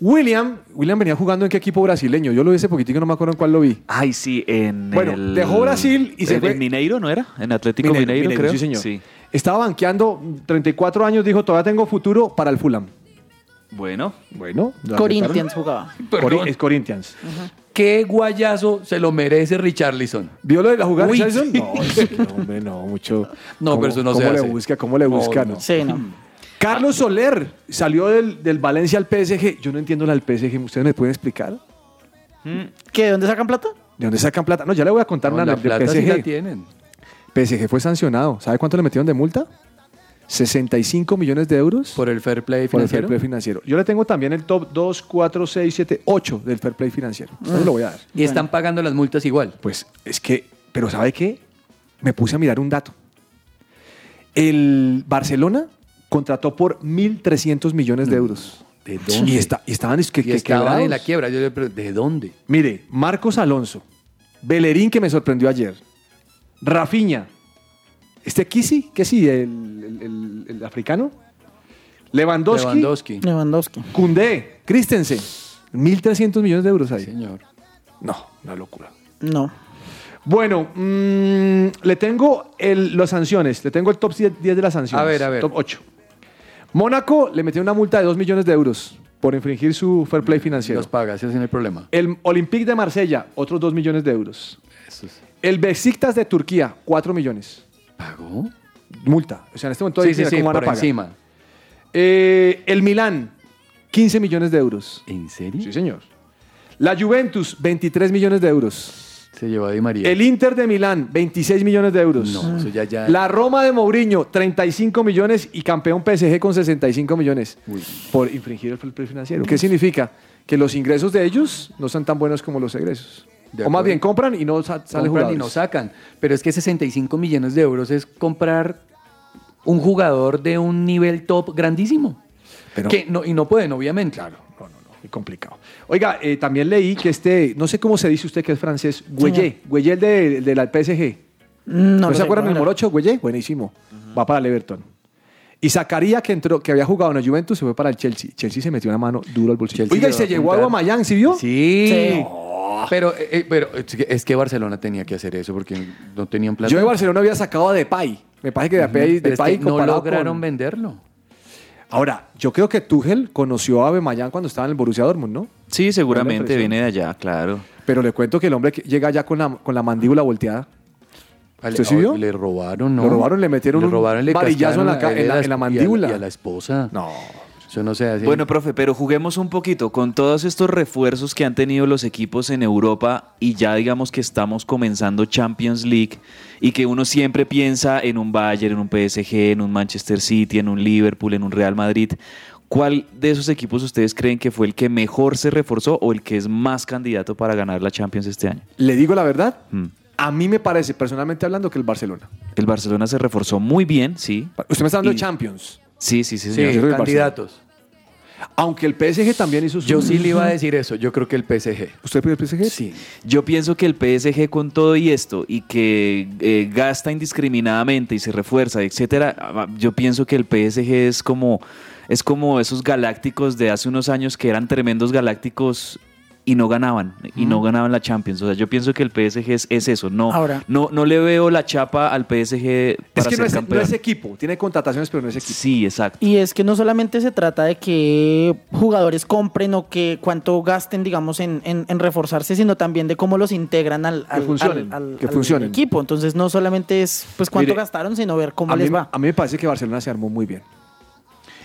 Speaker 10: William, William venía jugando en qué equipo brasileño. Yo lo vi ese poquitico, no me acuerdo en cuál lo vi.
Speaker 5: Ay, sí, en
Speaker 10: Bueno,
Speaker 5: el-
Speaker 10: dejó Brasil y se
Speaker 5: en
Speaker 10: fue-
Speaker 5: el Mineiro, ¿no era? En Atlético
Speaker 10: Mineiro,
Speaker 5: Mineiro,
Speaker 10: Mineiro,
Speaker 5: creo.
Speaker 10: sí, señor. Estaba banqueando 34 años, dijo, todavía tengo futuro para el Fulham.
Speaker 5: Bueno.
Speaker 10: Bueno. lo
Speaker 11: Corinthians
Speaker 10: aceptaron.
Speaker 11: jugaba.
Speaker 10: Cori-
Speaker 12: Perdón.
Speaker 10: es Corinthians.
Speaker 12: ¿Qué guayazo se lo merece Richarlison?
Speaker 10: ¿Vio lo de la jugada de
Speaker 12: Uy,
Speaker 10: [laughs] Richarlison?
Speaker 12: sí.
Speaker 10: No, es que, hombre, no, mucho.
Speaker 12: No,
Speaker 10: ¿Cómo-
Speaker 12: pero eso no
Speaker 10: ¿Cómo
Speaker 12: se
Speaker 10: le
Speaker 12: hace.
Speaker 10: busca? ¿Cómo le
Speaker 12: No,
Speaker 10: busca?
Speaker 12: no.
Speaker 11: Sí, no.
Speaker 10: Carlos Soler salió del, del Valencia al PSG. Yo no entiendo la del PSG. ¿Ustedes me pueden explicar?
Speaker 11: ¿Qué? ¿De dónde sacan plata?
Speaker 10: ¿De dónde sacan plata? No, ya le voy a contar
Speaker 12: No,
Speaker 10: una
Speaker 12: la
Speaker 10: del
Speaker 12: plata sí la
Speaker 10: PSG.
Speaker 12: tienen.
Speaker 10: PSG fue sancionado. ¿Sabe cuánto le metieron de multa? 65 millones de euros
Speaker 12: Por el fair play
Speaker 10: por el fair
Speaker 12: financiero.
Speaker 10: play financiero. Yo le tengo también el top 2, 4, 6, 7, 8 del fair play financiero. Usted me lo voy a dar.
Speaker 12: Y están pagando las multas igual.
Speaker 10: Pues es que, pero ¿sabe qué? Me puse a mirar un dato. El Barcelona contrató por 1.300 millones de euros.
Speaker 12: Mm. ¿De
Speaker 10: Y, está, y estaban es que,
Speaker 12: Y
Speaker 10: que
Speaker 12: estaban en
Speaker 10: quebrados.
Speaker 12: la quiebra. Yo le pregunto, ¿de dónde?
Speaker 10: Mire, Marcos Alonso, Bellerín que me sorprendió ayer, Rafiña, este Kisi, que sí, el, el- el- el africano, Lewandowski,
Speaker 12: Lewandowski.
Speaker 11: Lewandowski.
Speaker 10: Cundé, Christensen, 1.300 millones de euros ahí.
Speaker 12: Señor.
Speaker 10: No, una locura.
Speaker 11: No.
Speaker 10: Bueno, mm, le tengo el, las sanciones. Le tengo el top 10 de las sanciones.
Speaker 12: A ver, a ver.
Speaker 10: Top 8. Mónaco le metió una multa de 2 millones de euros por infringir su fair play financiero.
Speaker 12: Mm, Los pagas, ese es el problema.
Speaker 10: El Olympique de Marsella, otros 2 millones de euros.
Speaker 12: Eso es-
Speaker 10: El Besiktas de Turquía, 4 millones.
Speaker 12: ¿Pagó?
Speaker 10: Multa. O sea, en este momento
Speaker 12: sí,
Speaker 10: dicen
Speaker 12: sí, sí,
Speaker 10: cómo van a
Speaker 12: por
Speaker 10: pagar.
Speaker 12: encima.
Speaker 10: Eh, el Milán, 15 millones de euros.
Speaker 12: ¿En serio?
Speaker 10: Sí, señor. La Juventus, 23 millones de euros.
Speaker 12: Se llevó a Di María.
Speaker 10: El Inter de Milán, 26 millones de euros.
Speaker 12: No, eso ya, ya.
Speaker 10: La Roma de Mourinho, 35 millones y campeón PSG con 65 millones
Speaker 12: Uy.
Speaker 10: por infringir el fair play financiero. ¿Qué significa? Que los ingresos de ellos no son tan buenos como los egresos. O más bien, compran y no sa- salen
Speaker 12: compran y no
Speaker 10: jugadores.
Speaker 12: sacan. Pero es que 65 millones de euros es comprar un jugador de un nivel top grandísimo. que no, y no pueden, obviamente. Claro.
Speaker 10: Muy complicado. Oiga, eh, también leí que este, no sé cómo se dice usted que es francés, Güelle, Güelle el de, el de la PSG.
Speaker 11: Mm, No,
Speaker 10: ¿No
Speaker 11: lo
Speaker 10: se
Speaker 11: sé,
Speaker 10: acuerdan
Speaker 11: no,
Speaker 10: del
Speaker 11: no.
Speaker 10: número 8? Güelle, buenísimo. Va para el Everton. Y Zacarías, que, entró, que había jugado en la Juventus, se fue para el Chelsea. Chelsea se metió una mano duro al bolsillo. Oiga, y se llevó a Guamayán. ¿sí vio?
Speaker 12: Sí.
Speaker 10: Sí.
Speaker 12: No. Pero, eh, eh, pero es que- es que Barcelona tenía que hacer eso porque no tenían plata.
Speaker 10: Yo de Barcelona había sacado a Depay. Me parece que
Speaker 12: Ujú,
Speaker 10: Depay,
Speaker 12: pero es
Speaker 10: Depay
Speaker 12: que no
Speaker 10: comparado
Speaker 12: lograron
Speaker 10: con-
Speaker 12: venderlo.
Speaker 10: Ahora, yo creo que Tuchel conoció a Guamayán cuando estaba en el Borussia Dortmund, ¿no?
Speaker 5: Sí, seguramente
Speaker 10: impresión.
Speaker 5: viene de allá, claro.
Speaker 10: Pero le cuento que el hombre que llega ya con la, con la mandíbula volteada.
Speaker 12: Ale-
Speaker 10: ¿Usted sí
Speaker 12: o-
Speaker 10: vio?
Speaker 12: Le robaron, ¿no?
Speaker 10: Lo robaron, le metieron
Speaker 12: Le
Speaker 10: un
Speaker 12: robaron, le
Speaker 10: varillazo en la
Speaker 12: cascaron
Speaker 10: ca- en la-
Speaker 12: a él,
Speaker 10: en
Speaker 12: y
Speaker 10: la
Speaker 12: a-
Speaker 10: mandíbula.
Speaker 12: Y a la esposa.
Speaker 10: No.
Speaker 12: Eso no se hace.
Speaker 5: Bueno, profe, pero juguemos un poquito con todos estos refuerzos que han tenido los equipos en Europa y ya digamos que estamos comenzando Champions League y que uno siempre piensa en un Bayern, en un PSG, en un Manchester City, en un Liverpool, en un Real Madrid. ¿Cuál de esos equipos ustedes creen que fue el que mejor se reforzó o el que es más candidato para ganar la Champions este año?
Speaker 10: Le digo la verdad,
Speaker 5: Mm.
Speaker 10: a mí me parece, personalmente hablando, que el Barcelona.
Speaker 5: El Barcelona se reforzó muy bien, sí.
Speaker 10: Usted me está hablando
Speaker 5: Y-
Speaker 10: de Champions.
Speaker 5: Sí, sí, sí,
Speaker 12: Sí,
Speaker 5: señor.
Speaker 12: candidatos.
Speaker 10: Aunque el PSG también hizo su...
Speaker 12: Yo sí le iba a decir eso. Yo creo que el PSG.
Speaker 10: ¿Usted pidió el PSG?
Speaker 12: Sí.
Speaker 5: Yo pienso que el PSG con todo y esto y que eh, gasta indiscriminadamente y se refuerza, etcétera, ah, yo pienso que el PSG es como es como esos galácticos de hace unos años que eran tremendos galácticos y no ganaban y no ganaban la Champions. O sea, yo pienso que el PSG es, es eso. No,
Speaker 10: Ahora.
Speaker 5: no no le veo la chapa al PSG
Speaker 10: Es
Speaker 5: para
Speaker 10: que
Speaker 5: ser
Speaker 10: no es,
Speaker 5: campeón.
Speaker 10: no es equipo. Tiene contrataciones, pero no es equipo.
Speaker 5: Sí, exacto.
Speaker 11: Y es que no solamente se trata de que jugadores compren o que cuánto gasten, digamos, en, en- en reforzarse, sino también de cómo los integran al, al-
Speaker 10: funcionen,
Speaker 11: al- al-
Speaker 10: que
Speaker 11: al
Speaker 10: funcionen.
Speaker 11: equipo. Entonces no solamente es pues cuánto
Speaker 10: Mire,
Speaker 11: gastaron, sino ver cómo
Speaker 10: A mí,
Speaker 11: les va.
Speaker 10: a mí me parece que Barcelona se armó muy bien.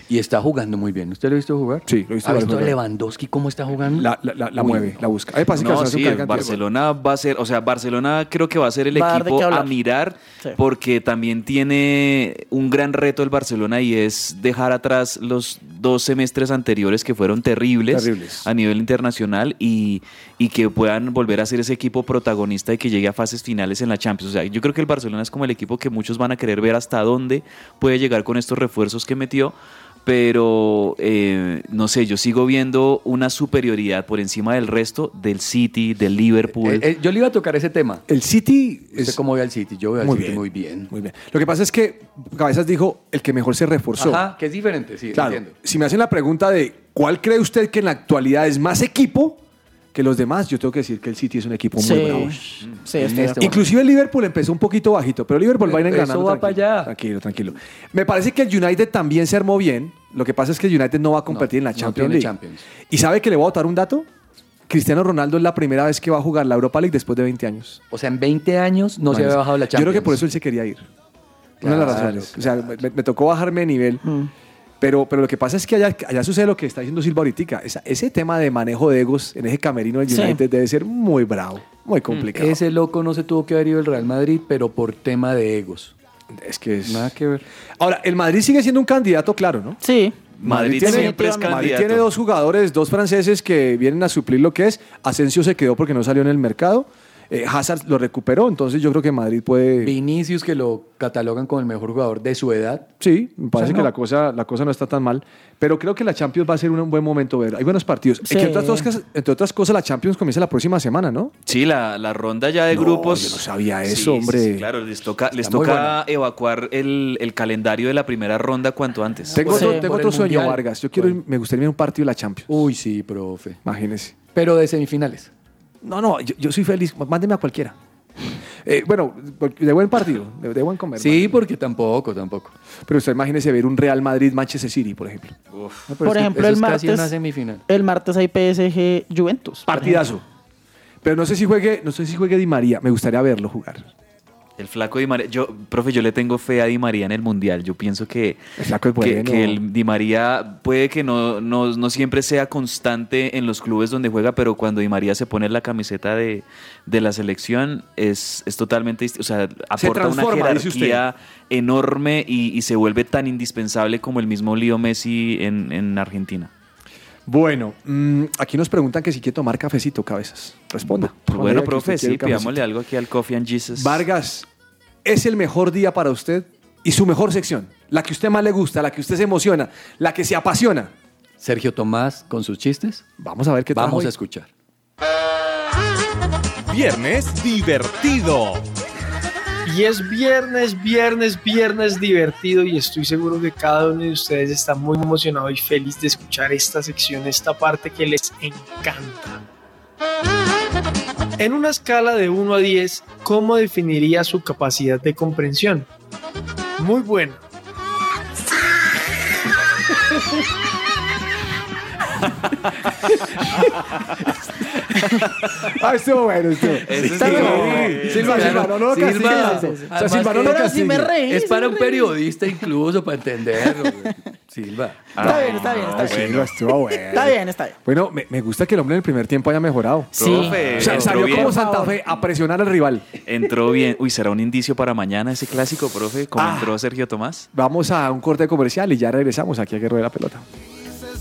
Speaker 12: Y está jugando muy bien. ¿Usted lo ha visto jugar?
Speaker 10: Sí, lo he visto
Speaker 12: ¿Ha
Speaker 10: jugar
Speaker 12: visto
Speaker 10: muy bien.
Speaker 12: Lewandowski cómo está jugando?
Speaker 10: La, la- la- la mueve, la busca. A mí me parece que
Speaker 5: No,
Speaker 10: Barcelona es un
Speaker 5: sí,
Speaker 10: cargante de gol.
Speaker 5: Barcelona va a ser, o sea, Barcelona creo que va a ser el
Speaker 11: Va a dar de
Speaker 5: equipo
Speaker 11: qué
Speaker 5: a
Speaker 11: hablar.
Speaker 5: mirar
Speaker 11: Sí.
Speaker 5: porque también tiene un gran reto el Barcelona y es dejar atrás los dos semestres anteriores que fueron terribles,
Speaker 10: Terribles.
Speaker 5: a nivel internacional y, y que puedan volver a ser ese equipo protagonista y que llegue a fases finales en la Champions. O sea, yo creo que el Barcelona es como el equipo que muchos van a querer ver hasta dónde puede llegar con estos refuerzos que metió. Pero eh, no sé, yo sigo viendo una superioridad por encima del resto del City, del Liverpool.
Speaker 12: Eh, eh, yo le iba a tocar ese tema.
Speaker 10: El City
Speaker 12: ¿Usted
Speaker 10: es
Speaker 12: cómo ve al City? Yo veo al
Speaker 10: Muy
Speaker 12: City
Speaker 10: bien.
Speaker 12: muy bien.
Speaker 10: muy bien. Lo que pasa es que Cabezas dijo el que mejor se reforzó.
Speaker 12: Ajá, que es diferente, sí,
Speaker 10: Claro,
Speaker 12: entiendo.
Speaker 10: si me hacen la pregunta de cuál cree usted que en la actualidad es más equipo que los demás, yo tengo que decir que el City es un equipo
Speaker 11: Sí.
Speaker 10: muy bravo.
Speaker 11: Sí, estoy de
Speaker 12: Mm, este
Speaker 11: acuerdo.
Speaker 10: Inclusive el Liverpool empezó un poquito bajito, pero el Liverpool va a ir
Speaker 12: Eso
Speaker 10: ganando.
Speaker 12: va para allá.
Speaker 10: Tranquilo, tranquilo. Me parece que el United también se armó bien. Lo que pasa es que el United no va a competir en la
Speaker 12: no
Speaker 10: Champions
Speaker 12: tiene
Speaker 10: League.
Speaker 12: Champions.
Speaker 10: ¿Y sabe que le voy a botar un dato? Cristiano Ronaldo es la primera vez que va a jugar la Europa League después de 20 años.
Speaker 12: O sea, en 20 años no se había bajado la Champions.
Speaker 10: Yo creo que por eso él se quería ir. Una de las
Speaker 12: Claro,
Speaker 10: razones. O sea, me, me tocó bajarme de nivel. Pero, pero lo que pasa es que allá, allá sucede lo que está diciendo Silva ahorita. Esa- ese tema de manejo de egos en ese camerino del
Speaker 11: Sí.
Speaker 10: United debe ser muy bravo,
Speaker 12: Mm.
Speaker 10: muy complicado. Es,
Speaker 12: Ese loco no se tuvo que haber ido el Real Madrid, pero por tema de egos.
Speaker 10: que es...
Speaker 12: Nada que ver.
Speaker 10: Ahora, el Madrid sigue siendo un candidato, claro, ¿no?
Speaker 11: Sí.
Speaker 5: Madrid, siempre es
Speaker 10: Madrid
Speaker 5: candidato.
Speaker 10: tiene dos jugadores, dos franceses que vienen a suplir lo que es. Asensio se quedó porque no salió en el mercado. Eh, Hazard lo recuperó, entonces yo creo que Madrid puede...
Speaker 12: Vinicius, que lo catalogan como el mejor jugador de su edad.
Speaker 10: Sí, me
Speaker 12: O
Speaker 10: parece
Speaker 12: sea,
Speaker 10: que
Speaker 12: no.
Speaker 10: la cosa, la cosa no está tan mal. Pero creo que la Champions va a ser un, buen momento ver. Hay buenos partidos.
Speaker 11: Sí.
Speaker 10: Entre, otras dos cosas, entre otras cosas, la Champions comienza la próxima semana, ¿no?
Speaker 5: Sí, la, la ronda ya de
Speaker 10: No,
Speaker 5: grupos.
Speaker 10: yo no sabía
Speaker 5: Sí,
Speaker 10: eso,
Speaker 5: sí,
Speaker 10: hombre.
Speaker 5: sí, claro, les toca, les
Speaker 12: Está muy
Speaker 5: toca evacuar el, el calendario de la primera ronda cuanto antes.
Speaker 10: Tengo
Speaker 12: por
Speaker 10: otro,
Speaker 12: el-
Speaker 10: tengo
Speaker 12: por
Speaker 10: otro
Speaker 12: el
Speaker 10: sueño,
Speaker 12: Mundial.
Speaker 10: Vargas. Yo quiero, ir- me gustaría ir a un partido de la Champions.
Speaker 12: Uy, sí, profe.
Speaker 10: Imagínese.
Speaker 12: Pero de semifinales.
Speaker 10: No, no, yo, yo soy feliz. Mándeme a cualquiera. Eh, bueno, de buen partido, de, de buen comer.
Speaker 12: Sí, porque tampoco, tampoco.
Speaker 10: man. Pero usted imagínese ver un Real Madrid-Manchester City, por ejemplo.
Speaker 12: No, pero
Speaker 11: Por
Speaker 12: es que
Speaker 11: ejemplo,
Speaker 12: eso
Speaker 11: el
Speaker 12: es casi
Speaker 11: martes-
Speaker 12: una semifinal.
Speaker 11: El martes hay PSG Juventus. por
Speaker 10: Partidazo. Pero no sé si juegue, no sé si juegue Di María. Me gustaría verlo jugar.
Speaker 5: El flaco Di María, yo, profe, yo le tengo fe a Di María en el Mundial. Yo pienso que,
Speaker 10: El flaco es
Speaker 5: que,
Speaker 10: bueno.
Speaker 5: que el Di María puede que no, no, no siempre sea constante en los clubes donde juega, pero cuando Di María se pone la camiseta de, de la selección es, es totalmente distinto. O sea, aporta una
Speaker 10: transforma, dice
Speaker 5: jerarquía enorme y, y se vuelve tan indispensable como el mismo Lío Messi en, en Argentina.
Speaker 10: Bueno, mm, aquí nos preguntan que si quiere tomar cafecito, cabezas. Responda.
Speaker 5: Bueno,
Speaker 10: Diga que
Speaker 5: profe,
Speaker 10: usted quiere
Speaker 5: sí,
Speaker 10: cafecito.
Speaker 5: pidámosle algo aquí al Coffee and Jesus.
Speaker 10: Vargas, es el mejor día para usted y su mejor sección, la que usted más le gusta, la que usted se emociona, la que se apasiona.
Speaker 12: Sergio Tomás con sus chistes.
Speaker 10: Vamos a ver qué
Speaker 12: Vamos
Speaker 10: trajo hoy.
Speaker 12: a escuchar.
Speaker 14: Viernes divertido.
Speaker 16: Y es viernes, viernes, viernes divertido y estoy seguro que cada uno de ustedes está muy emocionado y feliz de escuchar esta sección, esta parte que les encanta. En una escala de 1 a 10, ¿cómo definiría su capacidad de comprensión? Muy buena.
Speaker 10: Ah, estuvo bueno, estuvo.
Speaker 12: Ese
Speaker 10: Está
Speaker 12: sí,
Speaker 10: bien.
Speaker 12: no.
Speaker 10: Silva,
Speaker 12: Claro,
Speaker 10: Silva, no lo
Speaker 12: Silva.
Speaker 10: castigue.
Speaker 12: Además
Speaker 10: O sea, Silva, no
Speaker 12: que
Speaker 10: lo castigue.
Speaker 12: Es para un periodista incluso, para entenderlo. güey. Silva.
Speaker 11: Está bien, está bien, está
Speaker 10: Ah,
Speaker 11: bien.
Speaker 10: Silva, estuvo bueno.
Speaker 11: Está bien, está bien.
Speaker 10: Bueno, me, me gusta que el hombre en el primer tiempo haya mejorado.
Speaker 5: Sí. Profe,
Speaker 10: O sea,
Speaker 5: entró
Speaker 10: salió
Speaker 5: bien.
Speaker 10: como Santa Fe a presionar al rival.
Speaker 5: Entró bien. Uy, ¿será un indicio para mañana ese clásico, profe? ¿Cómo
Speaker 10: Ah.
Speaker 5: entró Sergio Tomás?
Speaker 10: Vamos a un corte comercial y ya regresamos aquí a Guerrero de la Pelota.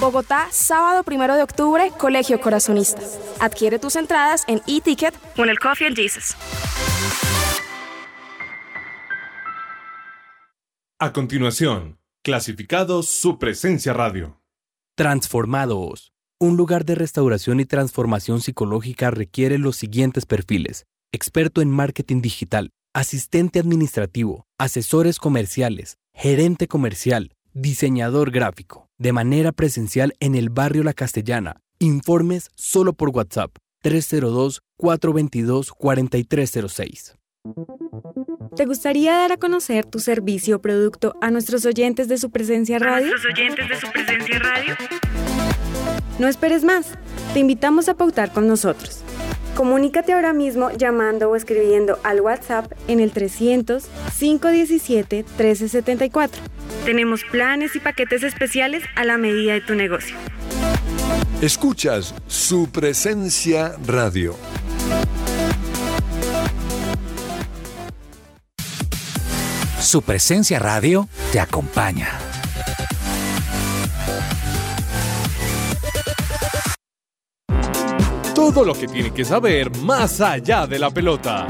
Speaker 17: Bogotá, sábado 1 de octubre, Colegio Corazonista. Adquiere tus entradas en e-ticket o en el Coffee and Jesus.
Speaker 7: A continuación, clasificados su presencia radio.
Speaker 18: Transformados. Un lugar de restauración y transformación psicológica requiere los siguientes perfiles. Experto en marketing digital, asistente administrativo, asesores comerciales, gerente comercial, diseñador gráfico. De manera presencial en el barrio La Castellana. Informes solo por WhatsApp 302-422-4306.
Speaker 19: ¿Te gustaría dar a conocer tu servicio o producto a nuestros oyentes de su presencia radio?
Speaker 17: oyentes de su presencia radio.
Speaker 19: No esperes más. Te invitamos a pautar con nosotros. Comunícate ahora mismo llamando o escribiendo al WhatsApp en el 300 517 1374. Tenemos planes y paquetes especiales a la medida de tu negocio.
Speaker 1: Escuchas su presencia radio.
Speaker 14: Su presencia radio te acompaña.
Speaker 7: Todo lo que tiene que saber más allá de la pelota.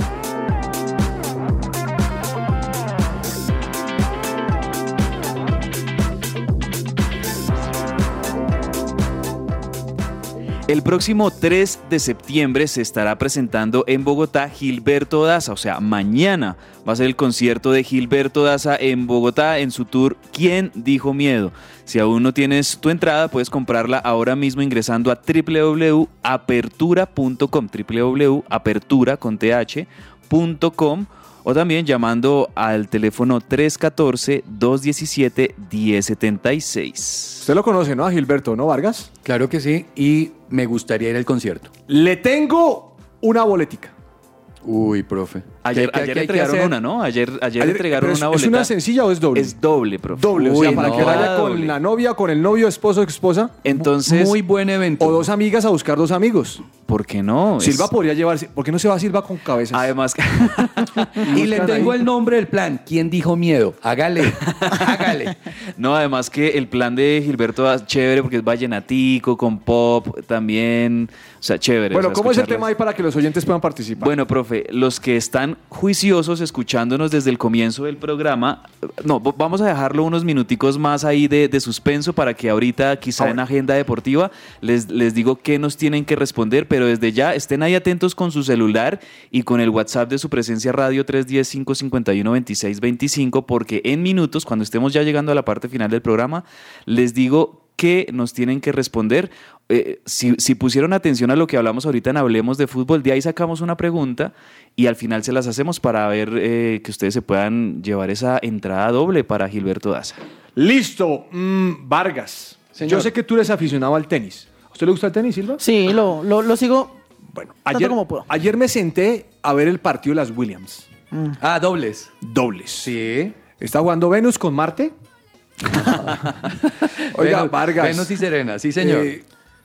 Speaker 5: El próximo 3 de septiembre se estará presentando en Bogotá Gilberto Daza, o sea, mañana va a ser el concierto de Gilberto Daza en Bogotá en su tour ¿Quién dijo miedo? Si aún no tienes tu entrada, puedes comprarla ahora mismo ingresando a www.apertura.com, www.apertura con th, punto com, o también llamando al teléfono 314-217-1076.
Speaker 10: Usted lo conoce, ¿no? A Gilberto, ¿no, Vargas?
Speaker 12: Claro que sí, y me gustaría ir al concierto.
Speaker 10: Le tengo una boletica.
Speaker 12: Uy, profe.
Speaker 5: Ayer,
Speaker 12: ¿Qué-
Speaker 5: ayer
Speaker 12: qué- qué hay que
Speaker 5: entregaron
Speaker 12: hacer?
Speaker 5: una, ¿no? Ayer, ayer, entregaron
Speaker 10: pero es-
Speaker 5: una boleta.
Speaker 10: ¿Es una sencilla o es doble?
Speaker 5: Es doble, profe.
Speaker 10: Doble, o sea,
Speaker 5: Uy,
Speaker 10: para
Speaker 5: no.
Speaker 10: que vaya con la novia, con el novio, esposo, esposa.
Speaker 5: Entonces.
Speaker 10: Muy
Speaker 12: buen evento.
Speaker 10: O dos amigas a buscar dos amigos.
Speaker 5: ¿Por qué no? Es-
Speaker 10: Silva podría llevarse. ¿Por qué no se va Silva con cabezas?
Speaker 5: Además, [laughs]
Speaker 12: Y le tengo el nombre del plan. ¿Quién dijo miedo? Hágale.
Speaker 5: No, además que el plan de Gilberto es chévere porque es vallenatico, con pop también. O sea, chévere.
Speaker 10: bueno,
Speaker 5: o sea,
Speaker 10: ¿cómo es el
Speaker 5: escucharlas.
Speaker 10: tema ahí para que los oyentes puedan participar?
Speaker 5: Bueno, profe, los que están juiciosos escuchándonos desde el comienzo del programa, no, v- vamos a dejarlo unos minuticos más ahí de, de suspenso para que ahorita, quizá en agenda deportiva, les, les digo qué nos tienen que responder, pero desde ya estén ahí atentos con su celular y con el WhatsApp de su presencia radio 310-551-2625, porque en minutos, cuando estemos ya llegando a la parte final del programa, les digo que nos tienen que responder. Eh, si, si pusieron atención a lo que hablamos ahorita en Hablemos de Fútbol, de ahí sacamos una pregunta y al final se las hacemos para ver eh, que ustedes se puedan llevar esa entrada doble para Gilberto Daza.
Speaker 10: Listo. Mm, Vargas. Yo sé que tú eres aficionado al tenis. ¿A usted le gusta el tenis, Silva?
Speaker 11: Sí, lo, lo, lo sigo.
Speaker 10: Bueno,
Speaker 11: tanto
Speaker 10: ayer,
Speaker 11: como puedo.
Speaker 10: ayer me senté a ver el partido de las Williams.
Speaker 11: Mm.
Speaker 12: Ah, dobles.
Speaker 10: Dobles. Sí. Está jugando Venus con
Speaker 12: [laughs]
Speaker 10: Marte. [laughs] Oiga,
Speaker 12: Venus-
Speaker 10: Vargas.
Speaker 12: Venus y Serena, sí, señor.
Speaker 10: Eh,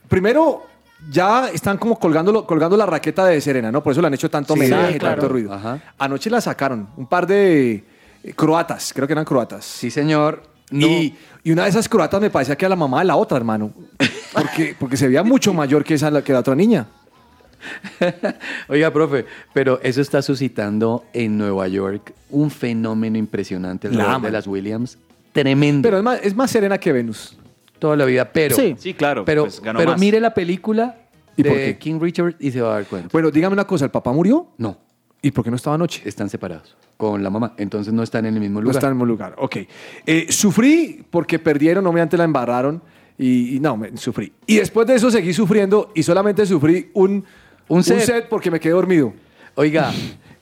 Speaker 10: primero, ya están como colgándolo- colgando la raqueta de Serena, ¿no? Por eso le han hecho tanto
Speaker 12: Sí,
Speaker 10: homenaje,
Speaker 12: sí, claro.
Speaker 10: tanto ruido. Anoche la sacaron. Un par de eh, croatas, creo que eran croatas. Sí,
Speaker 12: señor.
Speaker 10: Y, y una de esas croatas me parecía que era la mamá de la otra, hermano. Porque, porque se veía mucho mayor que, esa, que la otra niña.
Speaker 12: Oiga, profe, pero eso está suscitando en Nueva York un fenómeno impresionante
Speaker 10: La
Speaker 12: alrededor
Speaker 10: aman.
Speaker 12: de las Williams. Tremendo. Pero
Speaker 10: es más, es más serena que Venus.
Speaker 12: Toda la vida, pero.
Speaker 10: Sí.
Speaker 5: claro.
Speaker 12: Pero,
Speaker 10: pues, ganó
Speaker 12: pero
Speaker 10: más.
Speaker 12: mire la película
Speaker 10: ¿Y
Speaker 12: de
Speaker 10: por qué?
Speaker 12: King Richard y se va a dar cuenta.
Speaker 10: Bueno, dígame una cosa, ¿el papá murió?
Speaker 12: No.
Speaker 10: ¿Y por qué no estaba anoche?
Speaker 12: Están separados con la mamá, entonces no están en el mismo
Speaker 10: No
Speaker 12: lugar.
Speaker 10: está en el mismo lugar. Ok. Eh, sufrí porque perdieron, obviamente la embarraron y, y no, me, sufrí. Y después de eso seguí sufriendo y solamente sufrí un, un, set.
Speaker 12: set.
Speaker 10: porque me quedé dormido. [laughs]
Speaker 12: Oiga,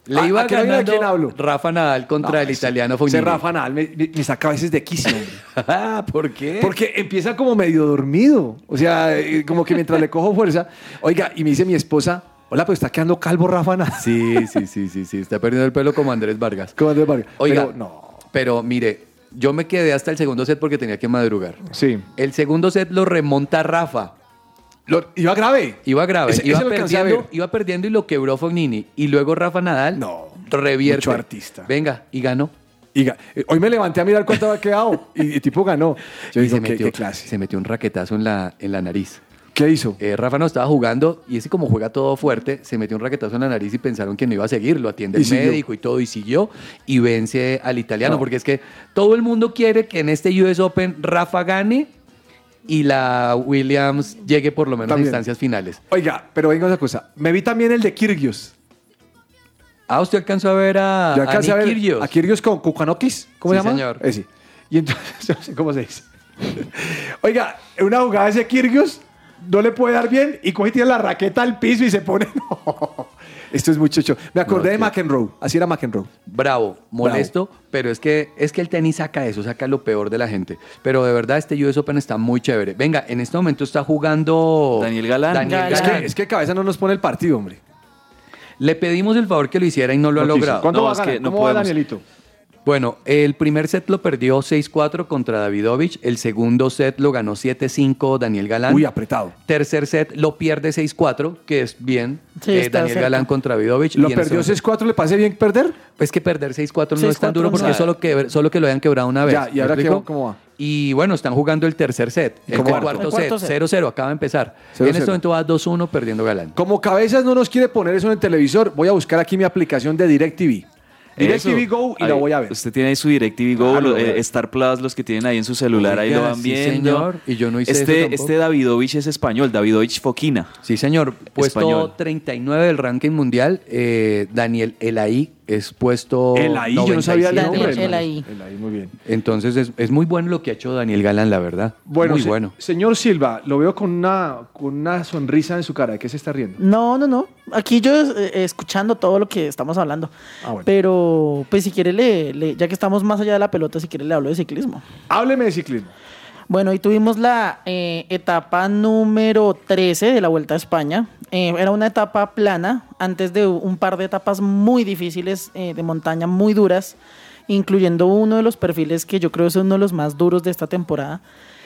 Speaker 12: Le iba
Speaker 10: que no diga de
Speaker 12: ganando
Speaker 10: Ah, quién hablo.
Speaker 12: Rafa Nadal contra
Speaker 10: No,
Speaker 12: el
Speaker 10: ese-
Speaker 12: italiano
Speaker 10: ese
Speaker 12: Fognini.
Speaker 10: Rafa Nadal me, me- me saca a veces de quicio. hombre.
Speaker 12: Ah, [laughs] ¿por qué?
Speaker 10: Porque empieza como medio dormido. O sea, eh, como que mientras le cojo fuerza. Oiga, y me dice mi esposa, hola, pero está quedando calvo Rafa Nadal.
Speaker 12: Sí, sí, sí, sí, sí. Está perdiendo el pelo como Andrés Vargas.
Speaker 10: Como Andrés Vargas.
Speaker 12: Oiga,
Speaker 10: Pero no.
Speaker 12: pero mire, yo me quedé hasta el segundo set porque tenía que madrugar.
Speaker 10: Sí.
Speaker 12: El segundo set lo remonta Rafa.
Speaker 10: iba grave.
Speaker 12: Iba grave.
Speaker 10: Ese-
Speaker 12: iba,
Speaker 10: ese lo alcancé a
Speaker 12: perdiendo,
Speaker 10: ver.
Speaker 12: iba perdiendo y lo quebró Fognini. Y luego Rafa Nadal revierte.
Speaker 10: mucho artista.
Speaker 12: Venga, y ganó.
Speaker 10: Y ga- eh, hoy me levanté a mirar cuánto había quedado y, y
Speaker 12: [laughs]
Speaker 10: tipo ganó. Yo
Speaker 12: Y
Speaker 10: digo,
Speaker 12: se,
Speaker 10: ¿qué,
Speaker 12: metió,
Speaker 10: qué clase?
Speaker 12: se metió un raquetazo en la, en la nariz. Eh,
Speaker 10: ¿Qué hizo?
Speaker 12: Rafa no estaba jugando y ese como juega todo fuerte, se metió un raquetazo en la nariz y pensaron que no iba a seguir. Lo atiende
Speaker 10: Y
Speaker 12: el
Speaker 10: siguió.
Speaker 12: médico y todo y siguió y vence al italiano.
Speaker 10: No.
Speaker 12: Porque es que todo el mundo quiere que en este US Open Rafa gane y la Williams llegue por lo menos
Speaker 10: También.
Speaker 12: a instancias finales.
Speaker 10: Oiga, pero venga una cosa. Me vi también el de Kirgios.
Speaker 12: Ah, usted alcanzó a ver a,
Speaker 10: Yo
Speaker 12: a
Speaker 10: alcancé a
Speaker 12: Nick
Speaker 10: ver
Speaker 12: Kyrgios.
Speaker 10: a Kyrgios con Kukanokis. ¿Cómo
Speaker 12: Sí,
Speaker 10: se llama?
Speaker 12: señor.
Speaker 10: Ese. Y entonces, [laughs] no sé cómo se dice. Oiga, una jugada de ese Kirgios no le puede dar bien y coge y tira la raqueta al piso y se pone. [laughs] No. Esto es mucho show. Me acordé de McEnroe. Así era McEnroe.
Speaker 12: Bravo, molesto, pero es que, es que el tenis saca eso, saca lo peor de la gente. Pero de verdad, este US Open está muy chévere. Venga, en este momento está jugando. Daniel Galán.
Speaker 10: Es que, es que cabeza no nos pone el partido, hombre.
Speaker 12: Le pedimos el favor que lo hiciera y no lo ha
Speaker 10: No quiso.
Speaker 12: logrado.
Speaker 10: ¿Cuánto va a ganar? ¿Cómo va Danielito?
Speaker 12: Bueno, el primer set lo perdió 6-4 contra Davidovich. El segundo set lo ganó 7-5 Daniel Galán.
Speaker 10: Uy, apretado.
Speaker 12: Tercer set lo pierde 6-4, que es bien.
Speaker 10: Sí,
Speaker 12: eh,
Speaker 10: está
Speaker 12: Daniel
Speaker 10: cerca.
Speaker 12: Galán contra Davidovich.
Speaker 10: ¿Lo
Speaker 12: Y en este
Speaker 10: perdió
Speaker 12: momento-
Speaker 10: 6-4? ¿Le parece bien perder?
Speaker 12: Pues que perder 6-4 no es tan
Speaker 10: 6-4
Speaker 12: duro porque
Speaker 10: nada.
Speaker 12: solo que, solo que lo hayan quebrado una vez.
Speaker 10: Ya, ¿y
Speaker 12: ¿me
Speaker 10: ahora qué
Speaker 12: explico?
Speaker 10: va- cómo va?
Speaker 12: Y bueno, están jugando el tercer set.
Speaker 10: ¿Y
Speaker 12: El
Speaker 10: cómo va?
Speaker 12: cuarto,
Speaker 10: El cuarto
Speaker 12: set,
Speaker 10: set.
Speaker 12: 0-0, acaba de empezar.
Speaker 10: 0-0.
Speaker 12: En este momento va 2-1 perdiendo Galán.
Speaker 10: Como Cabezas no nos quiere poner eso en el televisor, voy a buscar aquí mi aplicación de DirecTV. DirecTV
Speaker 5: Eso.
Speaker 10: Go y
Speaker 5: Ahí,
Speaker 10: la voy a ver.
Speaker 5: Usted tiene ahí su DirecTV Go,
Speaker 10: Claro,
Speaker 5: lo-
Speaker 10: voy a
Speaker 5: eh,
Speaker 10: ver.
Speaker 5: Star Plus, los que tienen ahí en su celular, ahí
Speaker 12: Oiga,
Speaker 5: lo van
Speaker 12: sí,
Speaker 5: viendo.
Speaker 12: señor. Y yo no hice
Speaker 5: este,
Speaker 12: eso tampoco.
Speaker 5: Este Davidovich es español, Davidovich Foquina.
Speaker 12: Sí, señor. Puesto
Speaker 5: Español.
Speaker 12: 39 del ranking mundial, eh, Daniel Elaí es puesto.
Speaker 10: Elaí, yo no sabía el
Speaker 12: 97.
Speaker 10: nombre.
Speaker 11: Daniel Elaí.
Speaker 10: Elaí, muy bien.
Speaker 12: Entonces es, es muy bueno lo que ha hecho Daniel Galán, la verdad.
Speaker 10: Bueno,
Speaker 12: muy
Speaker 10: se-
Speaker 12: bueno.
Speaker 10: señor Silva, lo veo con una, con una sonrisa en su cara. ¿De qué se está riendo?
Speaker 11: No, no, no. Aquí yo eh, escuchando todo lo que estamos hablando.
Speaker 10: Ah, bueno.
Speaker 11: Pero, pues si quiere, le, le- ya que estamos más allá de la pelota, si quiere, le hablo de ciclismo.
Speaker 10: Hábleme de ciclismo.
Speaker 11: Bueno, y tuvimos la eh, etapa número 13 de la Vuelta a España. Eh, era una etapa plana, antes de un par de etapas muy difíciles eh, de montaña, muy duras, incluyendo uno de los perfiles que yo creo es uno de los más duros de esta temporada.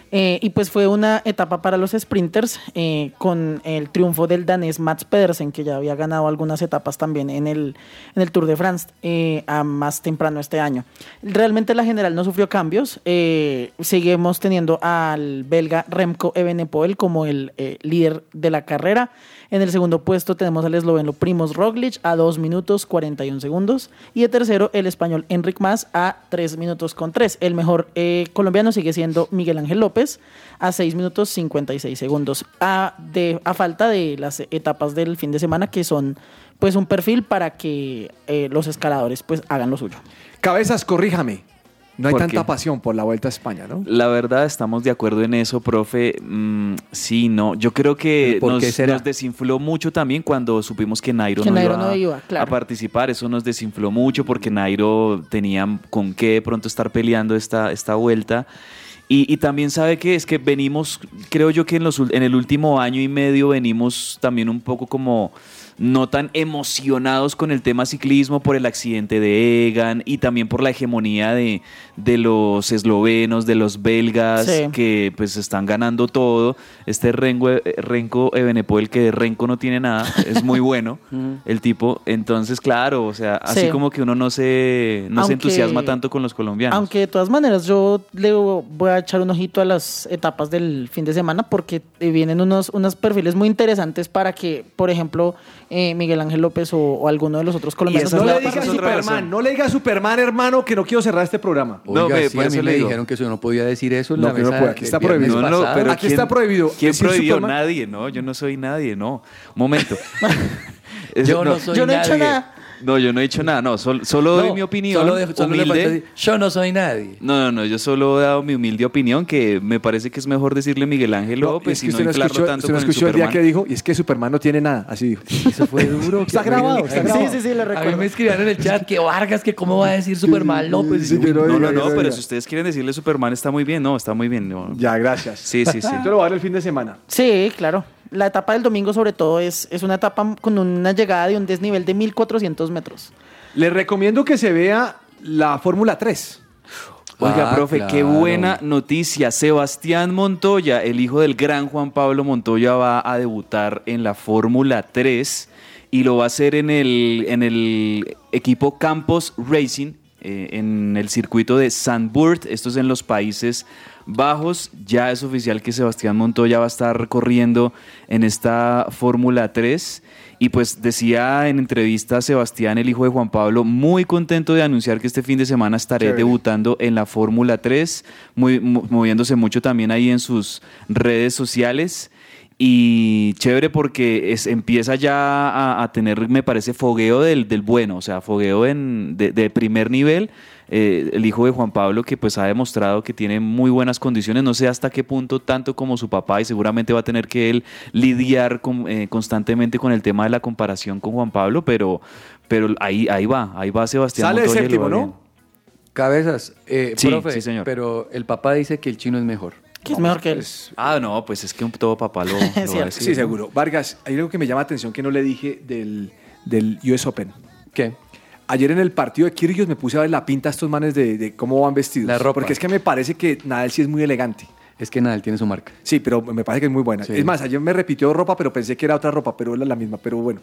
Speaker 11: Eh, y pues fue una etapa para los sprinters eh, con el triunfo del danés Mats Pedersen, que ya había ganado algunas etapas también en el, en el Tour de France eh, a más temprano este año. Realmente la general no sufrió cambios. eh, seguimos teniendo al belga Remco Evenepoel como el eh, líder de la carrera. En el segundo puesto tenemos al esloveno Primoz Roglic a 2 minutos 41 segundos. Y el tercero, el español Enric Mas a 3 minutos con 3. El mejor eh, colombiano sigue siendo Miguel Ángel López a 6 minutos 56 segundos. A, de, a falta de las etapas del fin de semana que son pues un perfil para que eh, los escaladores pues hagan lo suyo.
Speaker 10: Cabezas, corríjame. No hay
Speaker 5: ¿Por
Speaker 10: tanta
Speaker 5: qué?
Speaker 10: pasión por la Vuelta a España, ¿no?
Speaker 5: La verdad, estamos de acuerdo en eso, profe. Mm, sí, no. Yo creo que
Speaker 10: ¿Pero por
Speaker 5: nos,
Speaker 10: qué será?
Speaker 5: nos desinfló mucho también cuando supimos que Nairo,
Speaker 11: Que
Speaker 5: no,
Speaker 11: Nairo
Speaker 5: iba
Speaker 11: no iba, claro.
Speaker 5: a participar. Eso nos desinfló mucho porque Nairo tenía con qué de pronto estar peleando esta, esta vuelta. Y, y también sabe que es que venimos, creo yo que en, los, ul- en el último año y medio venimos también un poco como no tan emocionados con el tema ciclismo por el accidente de Egan y también por la hegemonía de, de los eslovenos, de los belgas,
Speaker 11: Sí.
Speaker 5: que pues están ganando todo. Este Rengo, eh, Renko Ebenepoel, que de Renko no tiene nada, es
Speaker 11: [laughs]
Speaker 5: muy bueno el tipo. Entonces, claro, o sea, así
Speaker 11: Sí.
Speaker 5: como que uno no se, no
Speaker 11: Aunque-
Speaker 5: se entusiasma tanto con los colombianos.
Speaker 11: Aunque de todas maneras yo le voy a echar un ojito a las etapas del fin de semana porque eh, vienen unos, unos perfiles muy interesantes para que, por ejemplo, eh, Miguel Ángel López o, o alguno de los otros colombianos...
Speaker 10: no le
Speaker 11: pueda
Speaker 10: digas
Speaker 11: pasar.
Speaker 10: Superman, no le digas Superman, hermano, que no quiero cerrar este programa.
Speaker 12: Oiga,
Speaker 10: me
Speaker 12: sí, a mí me dijeron que yo no podía decir eso en
Speaker 10: No,
Speaker 12: la
Speaker 10: que no
Speaker 12: mesa
Speaker 10: puede, aquí
Speaker 12: del
Speaker 10: está
Speaker 12: viernes
Speaker 10: prohibido. No, no,
Speaker 12: pasado.
Speaker 5: pero
Speaker 10: Aquí está prohibido
Speaker 5: ¿Quién
Speaker 10: decir
Speaker 5: prohibió?
Speaker 10: Superman.
Speaker 5: Nadie, no, yo no soy nadie, no. Momento.
Speaker 12: [laughs]
Speaker 5: Eso-
Speaker 12: Yo no soy Yo no he hecho nadie. nada.
Speaker 5: No, yo no he hecho nada, no, sol- solo doy
Speaker 12: No,
Speaker 5: mi opinión.
Speaker 12: solo de- solo le falta
Speaker 5: humilde.
Speaker 12: decir, yo no soy nadie.
Speaker 5: No, no, no, yo solo he dado mi humilde opinión que me parece que es mejor decirle Miguel Ángel
Speaker 10: No,
Speaker 5: López
Speaker 10: es que
Speaker 5: y no
Speaker 10: usted no
Speaker 5: inflarlo
Speaker 10: escuchó,
Speaker 5: tanto
Speaker 10: usted no
Speaker 5: con el
Speaker 10: escuchó el día
Speaker 5: Superman.
Speaker 10: que dijo, y es que Superman no tiene nada, así dijo. Eso [laughs] fue duro. está grabado, está grabado.
Speaker 12: Sí, sí, sí, A mí me escribieron en el chat que Vargas, que cómo va a decir pues, Superman López.
Speaker 10: Sí, que
Speaker 5: No,
Speaker 10: no diga,
Speaker 5: no,
Speaker 10: que
Speaker 5: no,
Speaker 10: no
Speaker 5: pero
Speaker 10: diga.
Speaker 5: si ustedes quieren decirle Superman está muy bien, no, está muy bien.
Speaker 10: Ya, gracias.
Speaker 5: Sí, sí, sí.
Speaker 10: Yo lo voy a dar el fin de semana.
Speaker 11: Sí, claro. La etapa del domingo sobre todo es, es una etapa con una llegada de un desnivel de 1400 metros.
Speaker 10: Les recomiendo que se vea la Fórmula 3.
Speaker 5: Oiga,
Speaker 10: Ah,
Speaker 5: profe, qué
Speaker 10: claro.
Speaker 5: buena noticia. Sebastián Montoya, el hijo del gran Juan Pablo Montoya, va a debutar en la Fórmula 3 y lo va a hacer en el, en el equipo Campos Racing, eh, en el circuito de Sandburg. Esto es en los Países Bajos. Ya es oficial que Sebastián Montoya va a estar corriendo en esta Fórmula 3. Y pues decía en entrevista Sebastián, el hijo de Juan Pablo, muy contento de anunciar que este fin de semana estaré
Speaker 20: Chévere.
Speaker 5: debutando debutando en la Fórmula 3, muy- mo- moviéndose mucho también ahí en sus redes sociales. Y chévere porque es, empieza ya a, a tener, me parece, fogueo del, del bueno, o sea, fogueo en- de, de primer nivel. Eh, el hijo de Juan Pablo que pues ha demostrado que tiene muy buenas condiciones, no sé hasta qué punto tanto como su papá y seguramente va a tener que él lidiar con- eh, constantemente con el tema de la comparación con Juan Pablo, pero, pero ahí, ahí va, ahí va Sebastián.
Speaker 12: Sale de
Speaker 5: Montoya y le va
Speaker 12: séptimo, ¿no?
Speaker 5: bien.
Speaker 12: Cabezas, eh,
Speaker 5: Sí,
Speaker 12: profe,
Speaker 5: sí, señor.
Speaker 12: pero el papá dice que el chino es mejor.
Speaker 11: Que es mejor que él.
Speaker 5: Ah, no, pues es que un todo papá
Speaker 12: [laughs]
Speaker 5: lo, lo va a decir,
Speaker 10: Sí,
Speaker 5: ¿no?
Speaker 10: seguro. Vargas, hay algo que me llama la atención que no le dije del, del US Open.
Speaker 12: ¿Qué?
Speaker 10: Ayer en el partido de Kirgios me puse a ver la pinta a estos manes de, de cómo van vestidos.
Speaker 12: La ropa.
Speaker 10: Porque es que me parece que Nadal sí es muy elegante.
Speaker 12: Es que Nadal tiene su marca.
Speaker 10: Sí, pero me parece que es muy buena.
Speaker 12: Sí.
Speaker 10: Es más, ayer me repitió ropa, pero pensé que era otra ropa, pero era la misma,
Speaker 12: [laughs]
Speaker 10: pero bueno.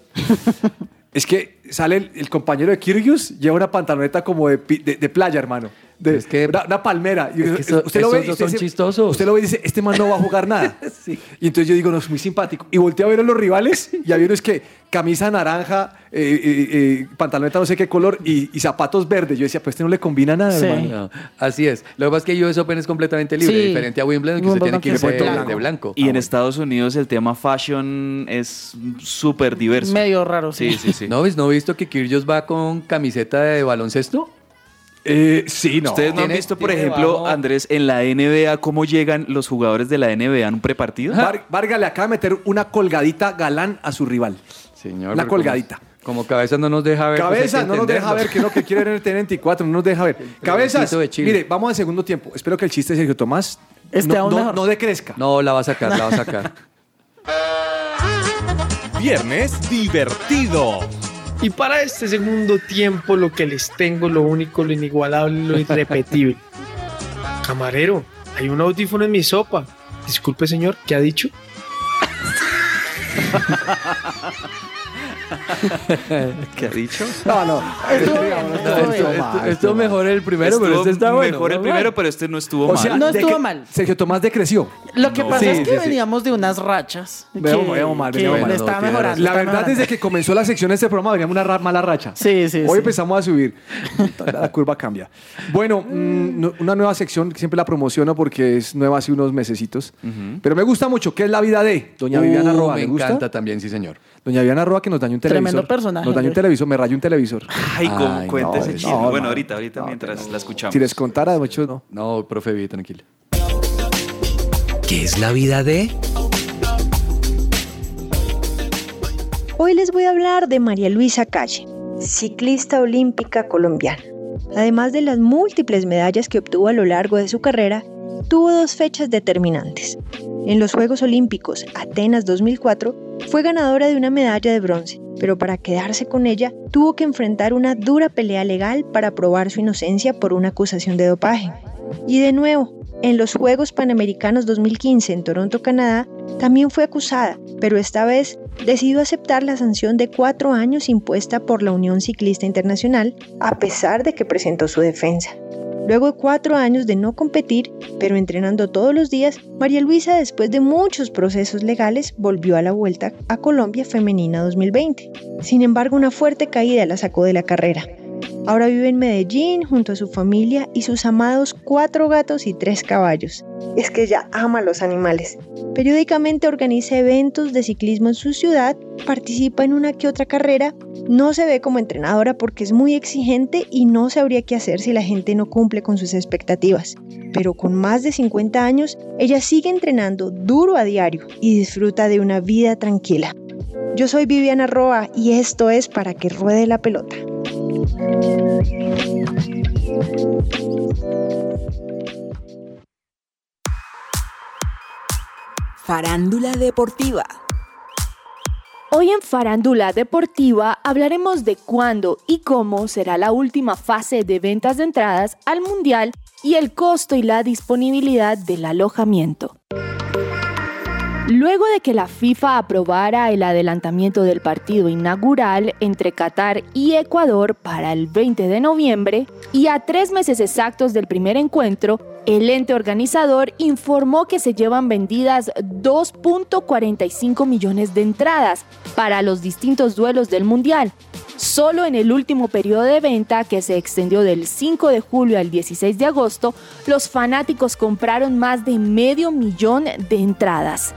Speaker 10: es que sale el, el compañero de Kirgios, lleva una pantaloneta como de, pi- de- de playa, hermano. De, una, una palmera. Y
Speaker 12: es
Speaker 10: uno-
Speaker 12: que eso-
Speaker 10: usted lo ve
Speaker 12: esos
Speaker 10: y
Speaker 12: dos
Speaker 10: usted
Speaker 12: son
Speaker 10: dice- Usted lo ve y dice, este man no
Speaker 11: [laughs]
Speaker 10: va a jugar
Speaker 12: [laughs]
Speaker 10: nada. Y entonces yo digo, no, es muy simpático. Y volteé a ver a los rivales y había unos que camisa naranja, eh, eh, eh, pantaloneta no sé qué color y, y zapatos verdes. Yo decía, pues este no le combina nada, hermano.
Speaker 12: No, así es. Lo que pasa es que US Open es completamente libre,
Speaker 10: Sí.
Speaker 12: diferente a Wimbledon, que usted tiene que ir de, de blanco. Ah,
Speaker 5: Y en Estados Unidos el tema fashion es súper diverso.
Speaker 11: Medio raro,
Speaker 5: sí. Sí, sí,
Speaker 12: ¿No ves, no visto que Kyrgios va con camiseta de baloncesto?
Speaker 10: Eh, sí,
Speaker 5: ¿Ustedes no han visto, por ejemplo, Andrés, en la NBA, cómo llegan los jugadores de la NBA en un prepartido?
Speaker 12: [laughs]
Speaker 10: Var- Vargas le acaba de meter una colgadita galán a su rival.
Speaker 12: Señor,
Speaker 10: Una
Speaker 12: pero
Speaker 10: colgadita.
Speaker 12: Como, como cabeza no nos deja ver. pues hay
Speaker 10: Cabeza,
Speaker 12: que
Speaker 10: no nos deja
Speaker 12: entenderlo.
Speaker 10: ver, que es lo que quiere
Speaker 12: [laughs]
Speaker 10: ver en el TN24, no nos deja ver. Cabezas,
Speaker 12: trencito de Chile.
Speaker 10: mire, vamos al segundo tiempo. Espero que el chiste de Sergio Tomás
Speaker 11: Este
Speaker 12: No,
Speaker 11: aún
Speaker 12: no,
Speaker 11: mejor.
Speaker 12: no decrezca. No, la va a sacar, la va a sacar.
Speaker 7: Viernes divertido.
Speaker 16: Y para este segundo tiempo lo que les tengo, lo único, lo inigualable, lo
Speaker 21: [laughs]
Speaker 16: irrepetible. Camarero, hay un audífono en mi sopa. Disculpe señor, ¿qué ha dicho?
Speaker 21: [laughs] ¿Qué ha
Speaker 16: [laughs]
Speaker 21: dicho?
Speaker 11: No, no. Estuvo bien, estuvo bien.
Speaker 12: Estuvo- Estuvo mejor el primero, pero
Speaker 5: Estuvo
Speaker 12: este está bueno.
Speaker 5: Mejor el
Speaker 12: ¿no?
Speaker 5: primero, pero este no estuvo
Speaker 12: O
Speaker 5: mal.
Speaker 12: sea,
Speaker 11: No
Speaker 12: de
Speaker 11: estuvo
Speaker 12: que-
Speaker 11: mal.
Speaker 10: Sergio Tomás decreció.
Speaker 11: Lo que
Speaker 10: No.
Speaker 11: pasa
Speaker 10: Sí,
Speaker 11: es que
Speaker 10: sí, sí.
Speaker 11: veníamos de unas rachas.
Speaker 10: Veamos,
Speaker 11: que-
Speaker 10: veamos mal,
Speaker 11: que
Speaker 10: veamos mal.
Speaker 11: le está mejorando.
Speaker 10: La
Speaker 11: está
Speaker 10: verdad,
Speaker 11: mejorando.
Speaker 10: desde que comenzó la sección de este programa veníamos una ra- mala racha.
Speaker 11: Sí, sí.
Speaker 10: Hoy
Speaker 11: sí.
Speaker 10: empezamos a subir. La curva cambia. Bueno, mm, no- una nueva sección que siempre la promociono porque es nueva hace unos mesecitos. Pero me gusta mucho, que es la vida de Doña Viviana
Speaker 12: Uh,
Speaker 10: Roa.
Speaker 12: Me
Speaker 10: ¿Le gusta?
Speaker 12: encanta también, sí, señor.
Speaker 10: Doña Viviana Roa que nos dañó un televisor.
Speaker 12: Tremendo personaje,
Speaker 10: Nos dañó un
Speaker 12: hombre.
Speaker 10: televisor, me rayó un televisor.
Speaker 5: Ay, con-
Speaker 12: Ay,
Speaker 5: cuenta
Speaker 12: no,
Speaker 5: ese
Speaker 12: no,
Speaker 5: chisme.
Speaker 12: no,
Speaker 5: bueno, ahorita, ahorita, mientras la escuchamos.
Speaker 10: Si les contara, mucho no.
Speaker 12: No, profe, vive tranquilo.
Speaker 20: ¿Qué es la vida de?
Speaker 22: Hoy les voy a hablar de María Luisa Calle, ciclista olímpica colombiana. Además de las múltiples medallas que obtuvo a lo largo de su carrera, tuvo dos fechas determinantes. En los Juegos Olímpicos Atenas 2004 fue ganadora de una medalla de bronce, pero para quedarse con ella tuvo que enfrentar una dura pelea legal para probar su inocencia por una acusación de dopaje. Y de nuevo, en los Juegos Panamericanos 2015 en Toronto, Canadá, también fue acusada, pero esta vez decidió aceptar la sanción de cuatro años impuesta por la Unión Ciclista Internacional, a pesar de que presentó su defensa. Luego de cuatro años de no competir, pero entrenando todos los días, María Luisa, después de muchos procesos legales, volvió a la vuelta a Colombia Femenina 2020. Sin embargo, una fuerte caída la sacó de la carrera. Ahora vive en Medellín junto a su familia y sus amados cuatro gatos y tres caballos. Es que ella ama los animales. Periódicamente organiza eventos de ciclismo en su ciudad, participa en una que otra carrera, no se ve como entrenadora porque es muy exigente y no sabría qué hacer si la gente no cumple con sus expectativas. Pero con más de 50 años, ella sigue entrenando duro a diario y disfruta de una vida tranquila. Yo soy Viviana Roa y esto es Para que Ruede la Pelota.
Speaker 23: Farándula deportiva.
Speaker 2: Hoy en Farándula Deportiva hablaremos de cuándo y cómo será la última fase de ventas de entradas al Mundial y el costo y la disponibilidad del alojamiento. Luego de que la FIFA aprobara el adelantamiento del partido inaugural entre Qatar y Ecuador para el 20 de noviembre y a tres meses exactos del primer encuentro, el ente organizador informó que se llevan vendidas 2.45 millones de entradas para los distintos duelos del Mundial, Solo en el último periodo de venta, que se extendió del 5 de julio al 16 de agosto, los fanáticos compraron más de medio millón de entradas.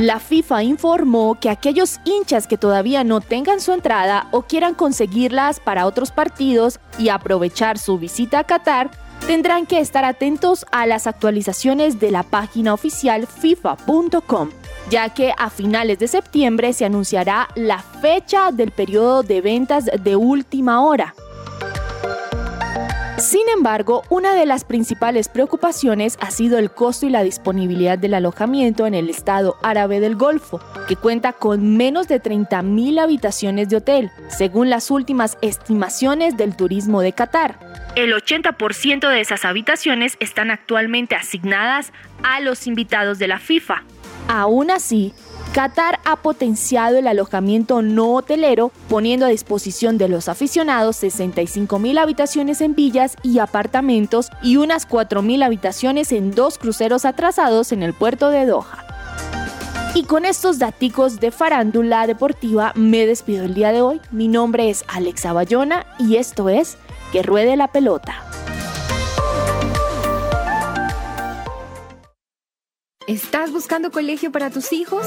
Speaker 2: La FIFA informó que aquellos hinchas que todavía no tengan su entrada o quieran conseguirlas para otros partidos y aprovechar su visita a Qatar, tendrán que estar atentos a las actualizaciones de la página oficial fifa.com, ya que a finales de septiembre se anunciará la fecha del periodo de ventas de última hora. Sin embargo, una de las principales preocupaciones ha sido el costo y la disponibilidad del alojamiento en el estado árabe del Golfo, que cuenta con menos de 30.000 habitaciones de hotel, según las últimas estimaciones del turismo de Qatar. El 80% de esas habitaciones están actualmente asignadas a los invitados de la FIFA. Aún así, Qatar ha potenciado el alojamiento no hotelero, poniendo a disposición de los aficionados 65.000 habitaciones en villas y apartamentos y unas 4.000 habitaciones en dos cruceros atrasados en el puerto de Doha. Y con estos daticos de farándula deportiva me despido el día de hoy. Mi nombre es Alexa Bayona y esto es Que Ruede la Pelota.
Speaker 4: ¿Estás buscando colegio para tus hijos?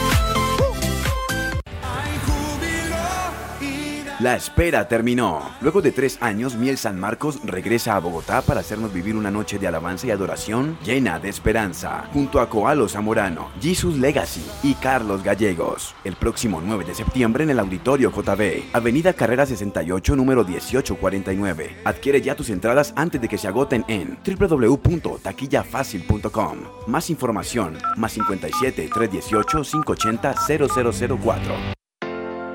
Speaker 24: La espera terminó. Luego de tres años, Miel San Marcos regresa a Bogotá para hacernos vivir una noche de alabanza y adoración llena de esperanza, junto a Coalo Zamorano, Jesus Legacy y Carlos Gallegos. El próximo 9 de septiembre en el Auditorio JB, Avenida Carrera 68, número 1849. Adquiere ya tus entradas antes de que se agoten en www.taquillafacil.com. Más información, más 57 318 580 0004.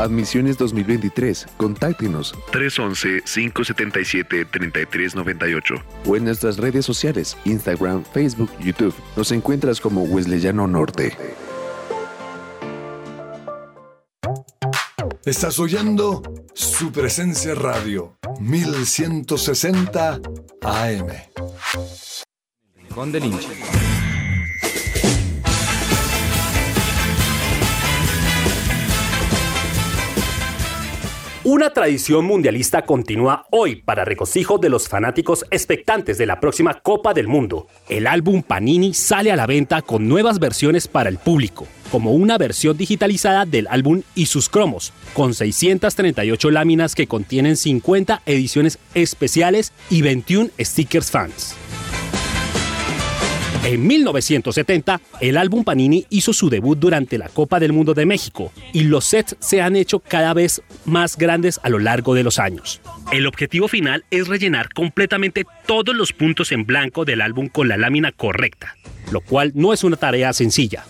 Speaker 25: Admisiones 2023. Contáctenos 311-577-3398 o en nuestras redes sociales, Instagram, Facebook, YouTube. Nos encuentras como Wesleyano Norte.
Speaker 1: Estás oyendo su presencia radio 1160 AM.
Speaker 5: Rincón del hincha.
Speaker 26: Una tradición mundialista continúa hoy para regocijo de los fanáticos expectantes de la próxima Copa del Mundo. El álbum Panini sale a la venta con nuevas versiones para el público, como una versión digitalizada del álbum y sus cromos, con 638 láminas que contienen 50 ediciones especiales y 21 stickers fans. En 1970, el álbum Panini hizo su debut durante la Copa del Mundo de México y los sets se han hecho cada vez más grandes a lo largo de los años. El objetivo final es rellenar completamente todos los puntos en blanco del álbum con la lámina correcta, lo cual no es una tarea sencilla.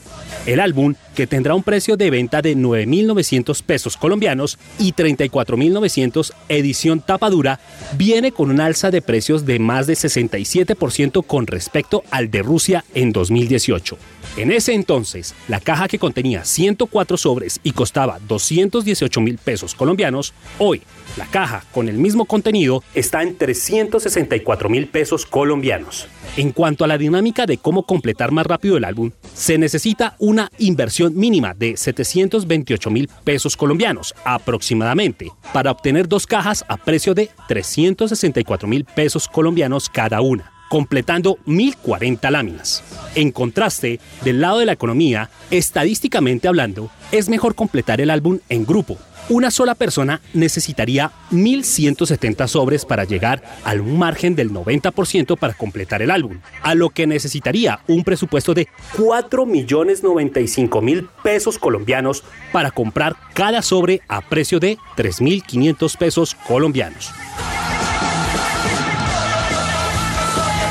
Speaker 26: El álbum, que tendrá un precio de venta de 9.900 pesos colombianos y 34.900 edición tapa dura, viene con un alza de precios de más de 67% con respecto al de Rusia en 2018. En ese entonces, la caja que contenía 104 sobres y costaba 218 mil pesos colombianos, hoy la caja con el mismo contenido está en 364 mil pesos colombianos. En cuanto a la dinámica de cómo completar más rápido el álbum, se necesita una inversión mínima de 728 mil pesos colombianos aproximadamente para obtener dos cajas a precio de 364 mil pesos colombianos cada una completando 1.040 láminas. En contraste, del lado de la economía, estadísticamente hablando, es mejor completar el álbum en grupo. Una sola persona necesitaría 1.170 sobres para llegar a un margen del 90% para completar el álbum, a lo que necesitaría un presupuesto de 4.095.000 pesos colombianos para comprar cada sobre a precio de 3.500 pesos colombianos.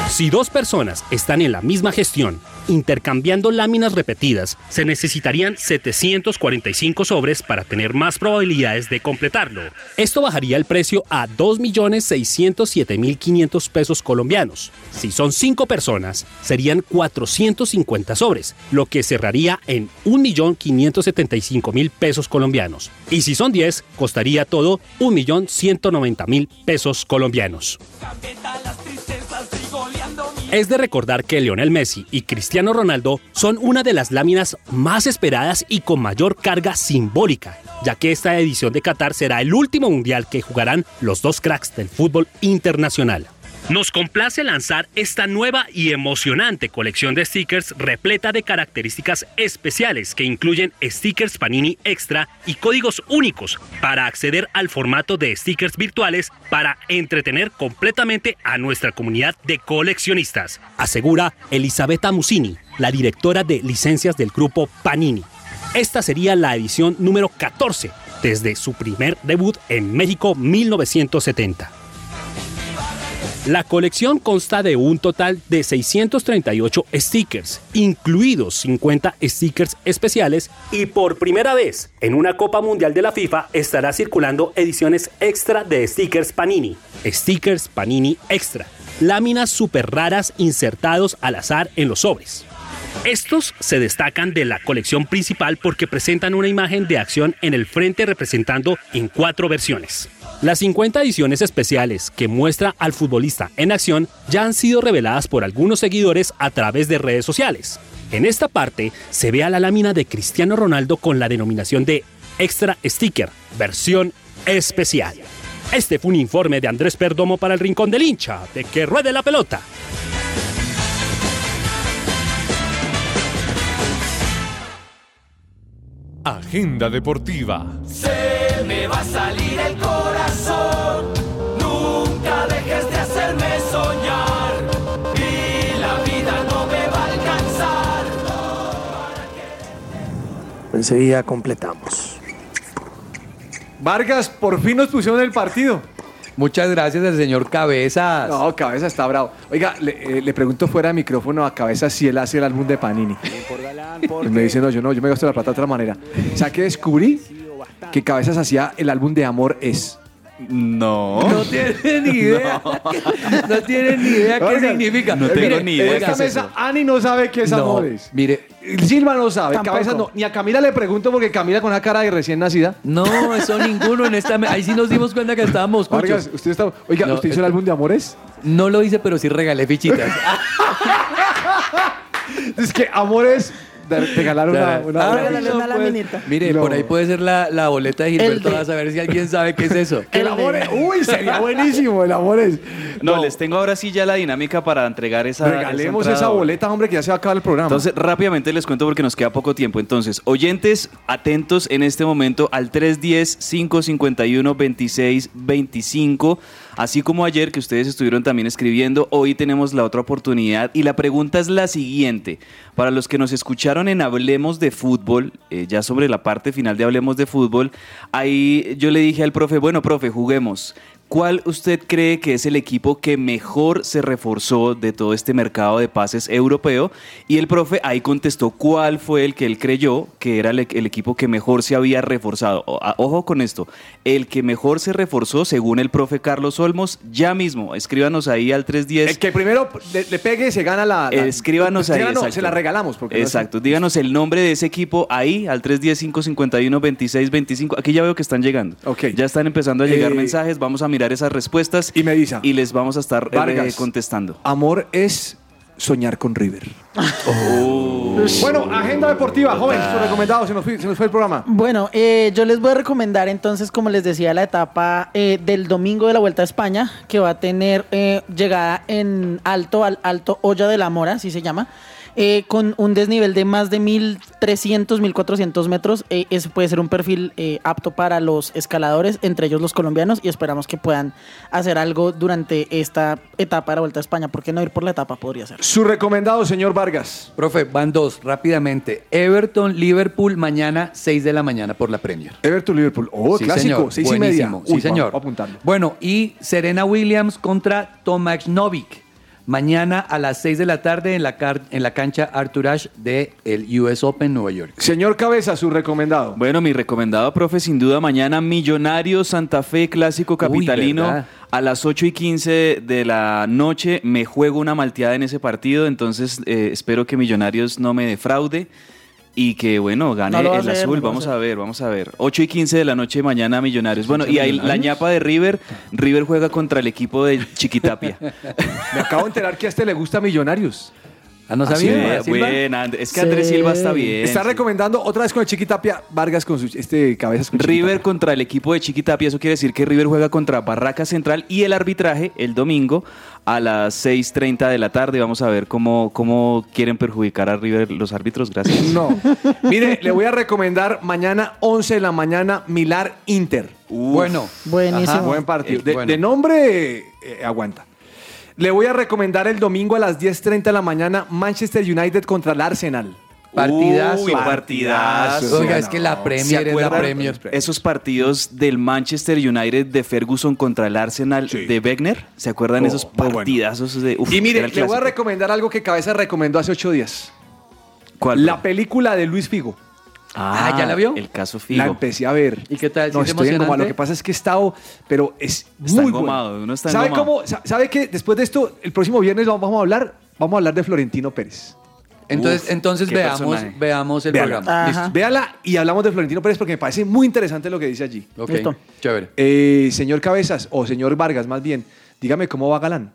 Speaker 26: Si dos personas están en la misma gestión, intercambiando láminas repetidas, se necesitarían 745 sobres para tener más probabilidades de completarlo. Esto bajaría el precio a 2.607.500 pesos colombianos. Si son cinco personas, serían 450 sobres, lo que cerraría en 1.575.000 pesos colombianos. Y si son 10, costaría todo 1.190.000 pesos colombianos. Es de recordar que Lionel Messi y Cristiano Ronaldo son una de las láminas más esperadas y con mayor carga simbólica, ya que esta edición de Qatar será el último mundial que jugarán los dos cracks del fútbol internacional. Nos complace lanzar esta nueva y emocionante colección de stickers repleta de características especiales que incluyen stickers Panini Extra y códigos únicos para acceder al formato de stickers virtuales para entretener completamente a nuestra comunidad de coleccionistas, asegura Elisabetta Musini, la directora de licencias del grupo Panini. Esta sería la edición número 14 desde su primer debut en México 1970. La colección consta de un total de 638 stickers, incluidos 50 stickers especiales, y por primera vez en una Copa Mundial de la FIFA estará circulando ediciones extra de stickers Panini, stickers Panini Extra, láminas súper raras insertados al azar en los sobres. Estos se destacan de la colección principal porque presentan una imagen de acción en el frente representando en cuatro versiones. Las 50 ediciones especiales que muestra al futbolista en acción ya han sido reveladas por algunos seguidores a través de redes sociales. En esta parte se ve a la lámina de Cristiano Ronaldo con la denominación de Extra Sticker, versión especial. Este fue un informe de Andrés Perdomo para el Rincón del Hincha, de que ruede la pelota.
Speaker 7: Agenda deportiva.
Speaker 14: Se me va a salir el corazón. Nunca dejes de hacerme soñar. Y la vida no me va a alcanzar.
Speaker 3: Enseguida completamos.
Speaker 10: Vargas, por fin nos pusieron el partido.
Speaker 12: Muchas gracias al señor [laughs] Cabezas.
Speaker 10: No, Cabeza está bravo. Oiga, le, eh, le pregunto fuera de micrófono a Cabeza si él hace el álbum de Panini. Y me dice, no, yo no, yo me gasto la plata de otra manera. O sea, que descubrí que Cabezas hacía el álbum de Amor Es.
Speaker 5: No.
Speaker 12: No tienen ni idea. No tienen ni idea qué
Speaker 10: Oiga,
Speaker 12: significa.
Speaker 5: no tengo
Speaker 12: Mire,
Speaker 5: ni idea
Speaker 12: oiga,
Speaker 5: qué es
Speaker 12: mesa-
Speaker 5: eso.
Speaker 10: Ani no sabe qué es
Speaker 12: No,
Speaker 10: Amor Es.
Speaker 12: Mire,
Speaker 10: Silva no sabe,
Speaker 12: Tampoco.
Speaker 10: Cabezas no. Ni a Camila le pregunto porque Camila con una cara de recién nacida.
Speaker 12: no, eso ninguno en esta. me- Ahí sí nos dimos cuenta que estábamos
Speaker 10: Vargas,
Speaker 12: cuchos.
Speaker 10: usted está. Oiga,
Speaker 12: No, eh,
Speaker 10: ¿usted hizo
Speaker 12: esto-
Speaker 10: el álbum de Amores?
Speaker 12: No lo hice, pero sí regalé fichitas.
Speaker 10: [laughs] Es que Amores. Te regalaron una.
Speaker 12: Claro.
Speaker 10: una-
Speaker 12: Ah,
Speaker 11: Regálale una laminita.
Speaker 12: Mire,
Speaker 10: No.
Speaker 12: por ahí puede ser la, la boleta de Gilberto
Speaker 11: de-
Speaker 12: a saber si alguien sabe qué es eso.
Speaker 10: El Amores. Uy,
Speaker 5: [laughs]
Speaker 12: ah.
Speaker 10: sería buenísimo el Amores.
Speaker 5: No, les tengo ahora sí ya la dinámica para entregar esa.
Speaker 10: Regalemos
Speaker 5: entrada.
Speaker 10: esa boleta, hombre, que ya se va a acabar el programa.
Speaker 5: Entonces, rápidamente les cuento porque nos queda poco tiempo. Entonces, oyentes, atentos en este momento al 310-551-2625. Así como ayer que ustedes estuvieron también escribiendo, hoy tenemos la otra oportunidad. Y la pregunta es la siguiente. Para los que nos escucharon en Hablemos de Fútbol, eh, ya sobre la parte final de Hablemos de Fútbol, ahí yo le dije al profe, bueno, profe, juguemos. ¿Cuál usted cree que es el equipo que mejor se reforzó de todo este mercado de pases europeo? Y el profe ahí contestó cuál fue el que él creyó que era el, e- el equipo que mejor se había reforzado. O- a- ojo con esto, el que mejor se reforzó según el profe Carlos Olmos, ya mismo, escríbanos ahí al 310.
Speaker 10: El que primero le, le pegue se gana la. la-
Speaker 5: Escríbanos ahí.
Speaker 10: Se, gana, no,
Speaker 5: exacto.
Speaker 10: se la regalamos. Porque no es-
Speaker 5: exacto. Díganos el nombre de ese equipo ahí al 310-551-2625. Aquí ya veo que están llegando. Ya están empezando a llegar
Speaker 10: Eh,
Speaker 5: mensajes. Vamos a mirar esas respuestas. Y me
Speaker 10: dice.
Speaker 5: Y les vamos a estar eh,
Speaker 10: Vargas.
Speaker 5: contestando.
Speaker 10: Amor es soñar con River.
Speaker 5: Oh.
Speaker 10: Bueno, agenda deportiva, joven, su
Speaker 5: Ah.
Speaker 10: recomendado, se nos fue, se nos fue el programa.
Speaker 11: Bueno, eh, yo les voy a recomendar entonces, como les decía, la etapa eh, del domingo de la Vuelta a España, que va a tener eh, llegada en Alto, al Alto Olla de la Mora, así se llama, eh, con un desnivel de más de 1.300, 1.400 metros. Eh, eso puede ser un perfil eh, apto para los escaladores, entre ellos los colombianos, y esperamos que puedan hacer algo durante esta etapa de la Vuelta a España. ¿Por qué no ir por la etapa? Podría ser.
Speaker 10: Su recomendado, señor Vargas.
Speaker 12: Profe, van dos, rápidamente. Everton, Liverpool, mañana, 6 de la mañana por la Premier.
Speaker 10: Everton Liverpool. Oh,
Speaker 12: Sí,
Speaker 10: clásico,
Speaker 12: señor.
Speaker 10: seis y media.
Speaker 12: Buenísimo.
Speaker 10: Uy,
Speaker 12: sí, señor.
Speaker 10: va- va apuntando.
Speaker 12: Bueno, y Serena Williams contra Tomac Novik. Mañana a las 6 de la tarde en la, car- en la cancha Arthur Ashe de el US Open Nueva York.
Speaker 10: Señor Cabeza, su recomendado.
Speaker 5: Bueno, mi recomendado, profe, sin duda mañana Millonario Santa Fe Clásico Capitalino.
Speaker 12: ¿verdad?
Speaker 5: a las 8 y 15 de la noche me juego una malteada en ese partido, entonces eh, espero que Millonarios no me defraude y que, bueno, gane
Speaker 11: No lo va a
Speaker 5: el
Speaker 11: hacer,
Speaker 5: azul.
Speaker 11: no lo va a
Speaker 5: vamos a ver, vamos a ver. 8 y 15 de la noche mañana Millonarios. Bueno, y ahí la
Speaker 10: Millonarios?
Speaker 5: ñapa de River. River juega contra el equipo de
Speaker 11: [laughs]
Speaker 5: Chiquitapia.
Speaker 10: Me acabo de enterar que a este le gusta Millonarios.
Speaker 12: Ah, no
Speaker 5: Ah, sí,
Speaker 10: sabía.
Speaker 5: eh, buena. es que Andrés Silva está bien.
Speaker 10: Está recomendando otra vez con el Chiquitapia Vargas con su este cabezas con
Speaker 5: River contra el equipo de Chiquitapia, eso quiere decir que River juega contra Barraca Central y el arbitraje el domingo a las 6.30 de la tarde. Vamos a ver cómo, cómo quieren perjudicar a River los árbitros. Gracias.
Speaker 10: No. Mire, le voy a recomendar mañana 11 de la mañana Milar Inter.
Speaker 12: Bueno.
Speaker 11: Buenísimo.
Speaker 10: Ajá, buen partido.
Speaker 12: Eh,
Speaker 10: De,
Speaker 12: bueno.
Speaker 10: de nombre eh, aguanta. Le voy a recomendar el domingo a las 10:30 de la mañana Manchester United contra el Arsenal.
Speaker 12: Partidazo.
Speaker 5: Uy, partidazo.
Speaker 12: Oiga, es que la Premier
Speaker 5: ¿Se
Speaker 12: es la
Speaker 5: acuerdan
Speaker 12: Premier.
Speaker 5: Esos partidos del Manchester United de Ferguson contra el Arsenal de Wegener, ¿se acuerdan
Speaker 10: Oh,
Speaker 5: esos partidazos de uf,
Speaker 10: Y
Speaker 5: era
Speaker 10: mire,
Speaker 5: el
Speaker 10: le voy a
Speaker 5: clásico?
Speaker 10: recomendar algo que Cabeza recomendó hace ocho días.
Speaker 5: ¿Cuál?
Speaker 10: La película de Luis Figo. Ah, ¿ya la vio?
Speaker 5: El caso Figo.
Speaker 10: La empecé a ver.
Speaker 12: ¿Y qué tal?
Speaker 10: No,
Speaker 12: ¿Sí es
Speaker 10: estoy engomado.
Speaker 12: emocionante?
Speaker 10: Lo que pasa es que he estado, pero es
Speaker 5: Está
Speaker 10: muy
Speaker 5: engomado,
Speaker 10: bueno.
Speaker 5: uno está
Speaker 10: ¿Sabe
Speaker 5: engomado.
Speaker 10: cómo? sa- ¿Sabe que después de esto, el próximo viernes vamos a hablar, vamos a hablar de Florentino Pérez?
Speaker 12: Entonces, entonces
Speaker 10: qué
Speaker 12: veamos,
Speaker 10: personaje.
Speaker 12: veamos el
Speaker 10: Véala.
Speaker 12: programa.
Speaker 10: Listo. Véala y hablamos de Florentino Pérez porque me parece muy interesante lo que dice allí.
Speaker 12: Ok, Listo. chévere.
Speaker 10: Eh, señor Cabezas, o señor Vargas más bien, dígame cómo va Galán.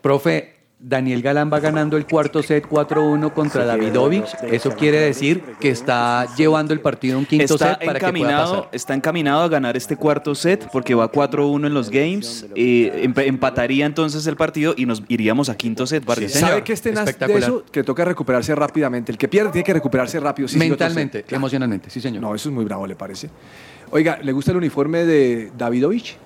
Speaker 12: Profe, Daniel Galán va ganando el cuarto set 4-1 contra Davidovic. Eso quiere decir que está llevando el partido a un quinto
Speaker 5: está
Speaker 12: set para que pueda pasar.
Speaker 5: encaminado, está encaminado a ganar este cuarto set porque va 4-1 en los games. eh, emp- empataría entonces el partido y nos iríamos a quinto set, Vargas.
Speaker 10: ¿Sabe que este nas de eso que toca recuperarse rápidamente? El que pierde tiene que recuperarse rápido. sí, sí,
Speaker 12: Mentalmente,
Speaker 10: yo te sé. Claro.
Speaker 12: emocionalmente, sí señor.
Speaker 10: No, eso es muy bravo, le parece. Oiga, ¿le gusta el uniforme de Davidovich?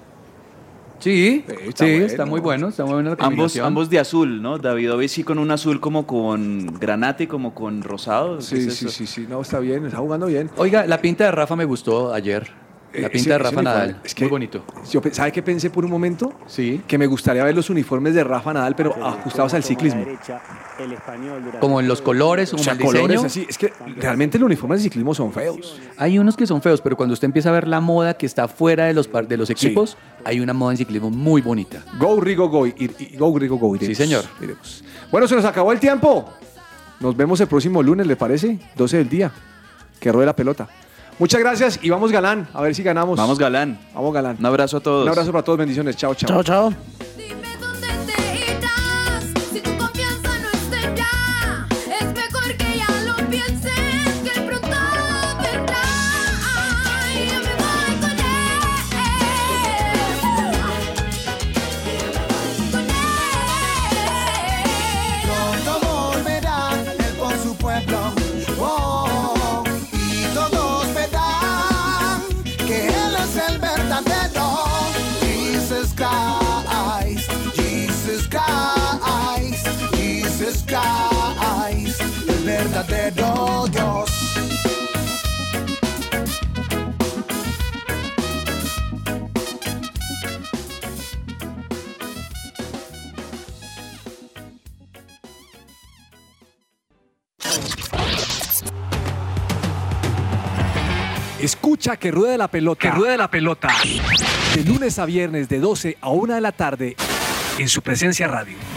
Speaker 10: Eh,
Speaker 12: Sí,
Speaker 10: está
Speaker 12: sí,
Speaker 10: bueno.
Speaker 12: está muy bueno, está muy bueno la
Speaker 5: Ambos,
Speaker 12: combinación.
Speaker 5: ambos de azul, ¿no? David sí con un azul como con granate, como con rosado. ¿qué
Speaker 10: Sí,
Speaker 5: es
Speaker 10: sí,
Speaker 5: eso?
Speaker 10: sí, sí. No, está bien, está jugando bien.
Speaker 12: Oiga, la pinta de Rafa me gustó ayer. La
Speaker 10: Eh,
Speaker 12: pinta
Speaker 10: ese-
Speaker 12: de
Speaker 10: ese
Speaker 12: Rafa
Speaker 10: uniforme,
Speaker 12: Nadal.
Speaker 10: es
Speaker 12: muy bonito.
Speaker 10: Yo, pe- ¿Sabe qué pensé por un momento? Sí. Que me gustaría ver los uniformes de Rafa Nadal, pero ajustados al ciclismo.
Speaker 12: Como en los colores,
Speaker 10: O
Speaker 12: como
Speaker 10: sea,
Speaker 12: en el diseño.
Speaker 10: colores así. Es que realmente los uniformes de ciclismo son feos.
Speaker 12: Hay unos que son feos, pero cuando usted empieza a ver la moda que está fuera de los, par- de los equipos, hay una moda en ciclismo muy bonita.
Speaker 10: Go, Rigo, go. ir- ir- go, Rigo, go.
Speaker 12: Sí,
Speaker 10: iremos,
Speaker 12: señor.
Speaker 10: iremos. Bueno, se nos acabó el tiempo. Nos vemos el próximo lunes, ¿le parece? 12 del día. Que ruede la pelota. Muchas gracias y vamos galán. A ver si ganamos.
Speaker 5: Vamos, Galán.
Speaker 10: Vamos galán.
Speaker 5: Un abrazo a todos.
Speaker 10: Un abrazo para todos. Bendiciones. Chao, chao.
Speaker 11: Chao, chao.
Speaker 13: Si tu confianza no está ya, es mejor que ya lo pienses, que pronto vendrá. Ay, yo me voy con
Speaker 14: Pronto volverá él por su pueblo. Oh, y todos verán que él es el verdadero. Jesus Christ, Jesus Christ, Jesus Christ, el verdadero Dios.
Speaker 10: Escucha que ruede la pelota. Que ruede la pelota. De lunes a viernes de 12 a 1 de la tarde en su presencia radio.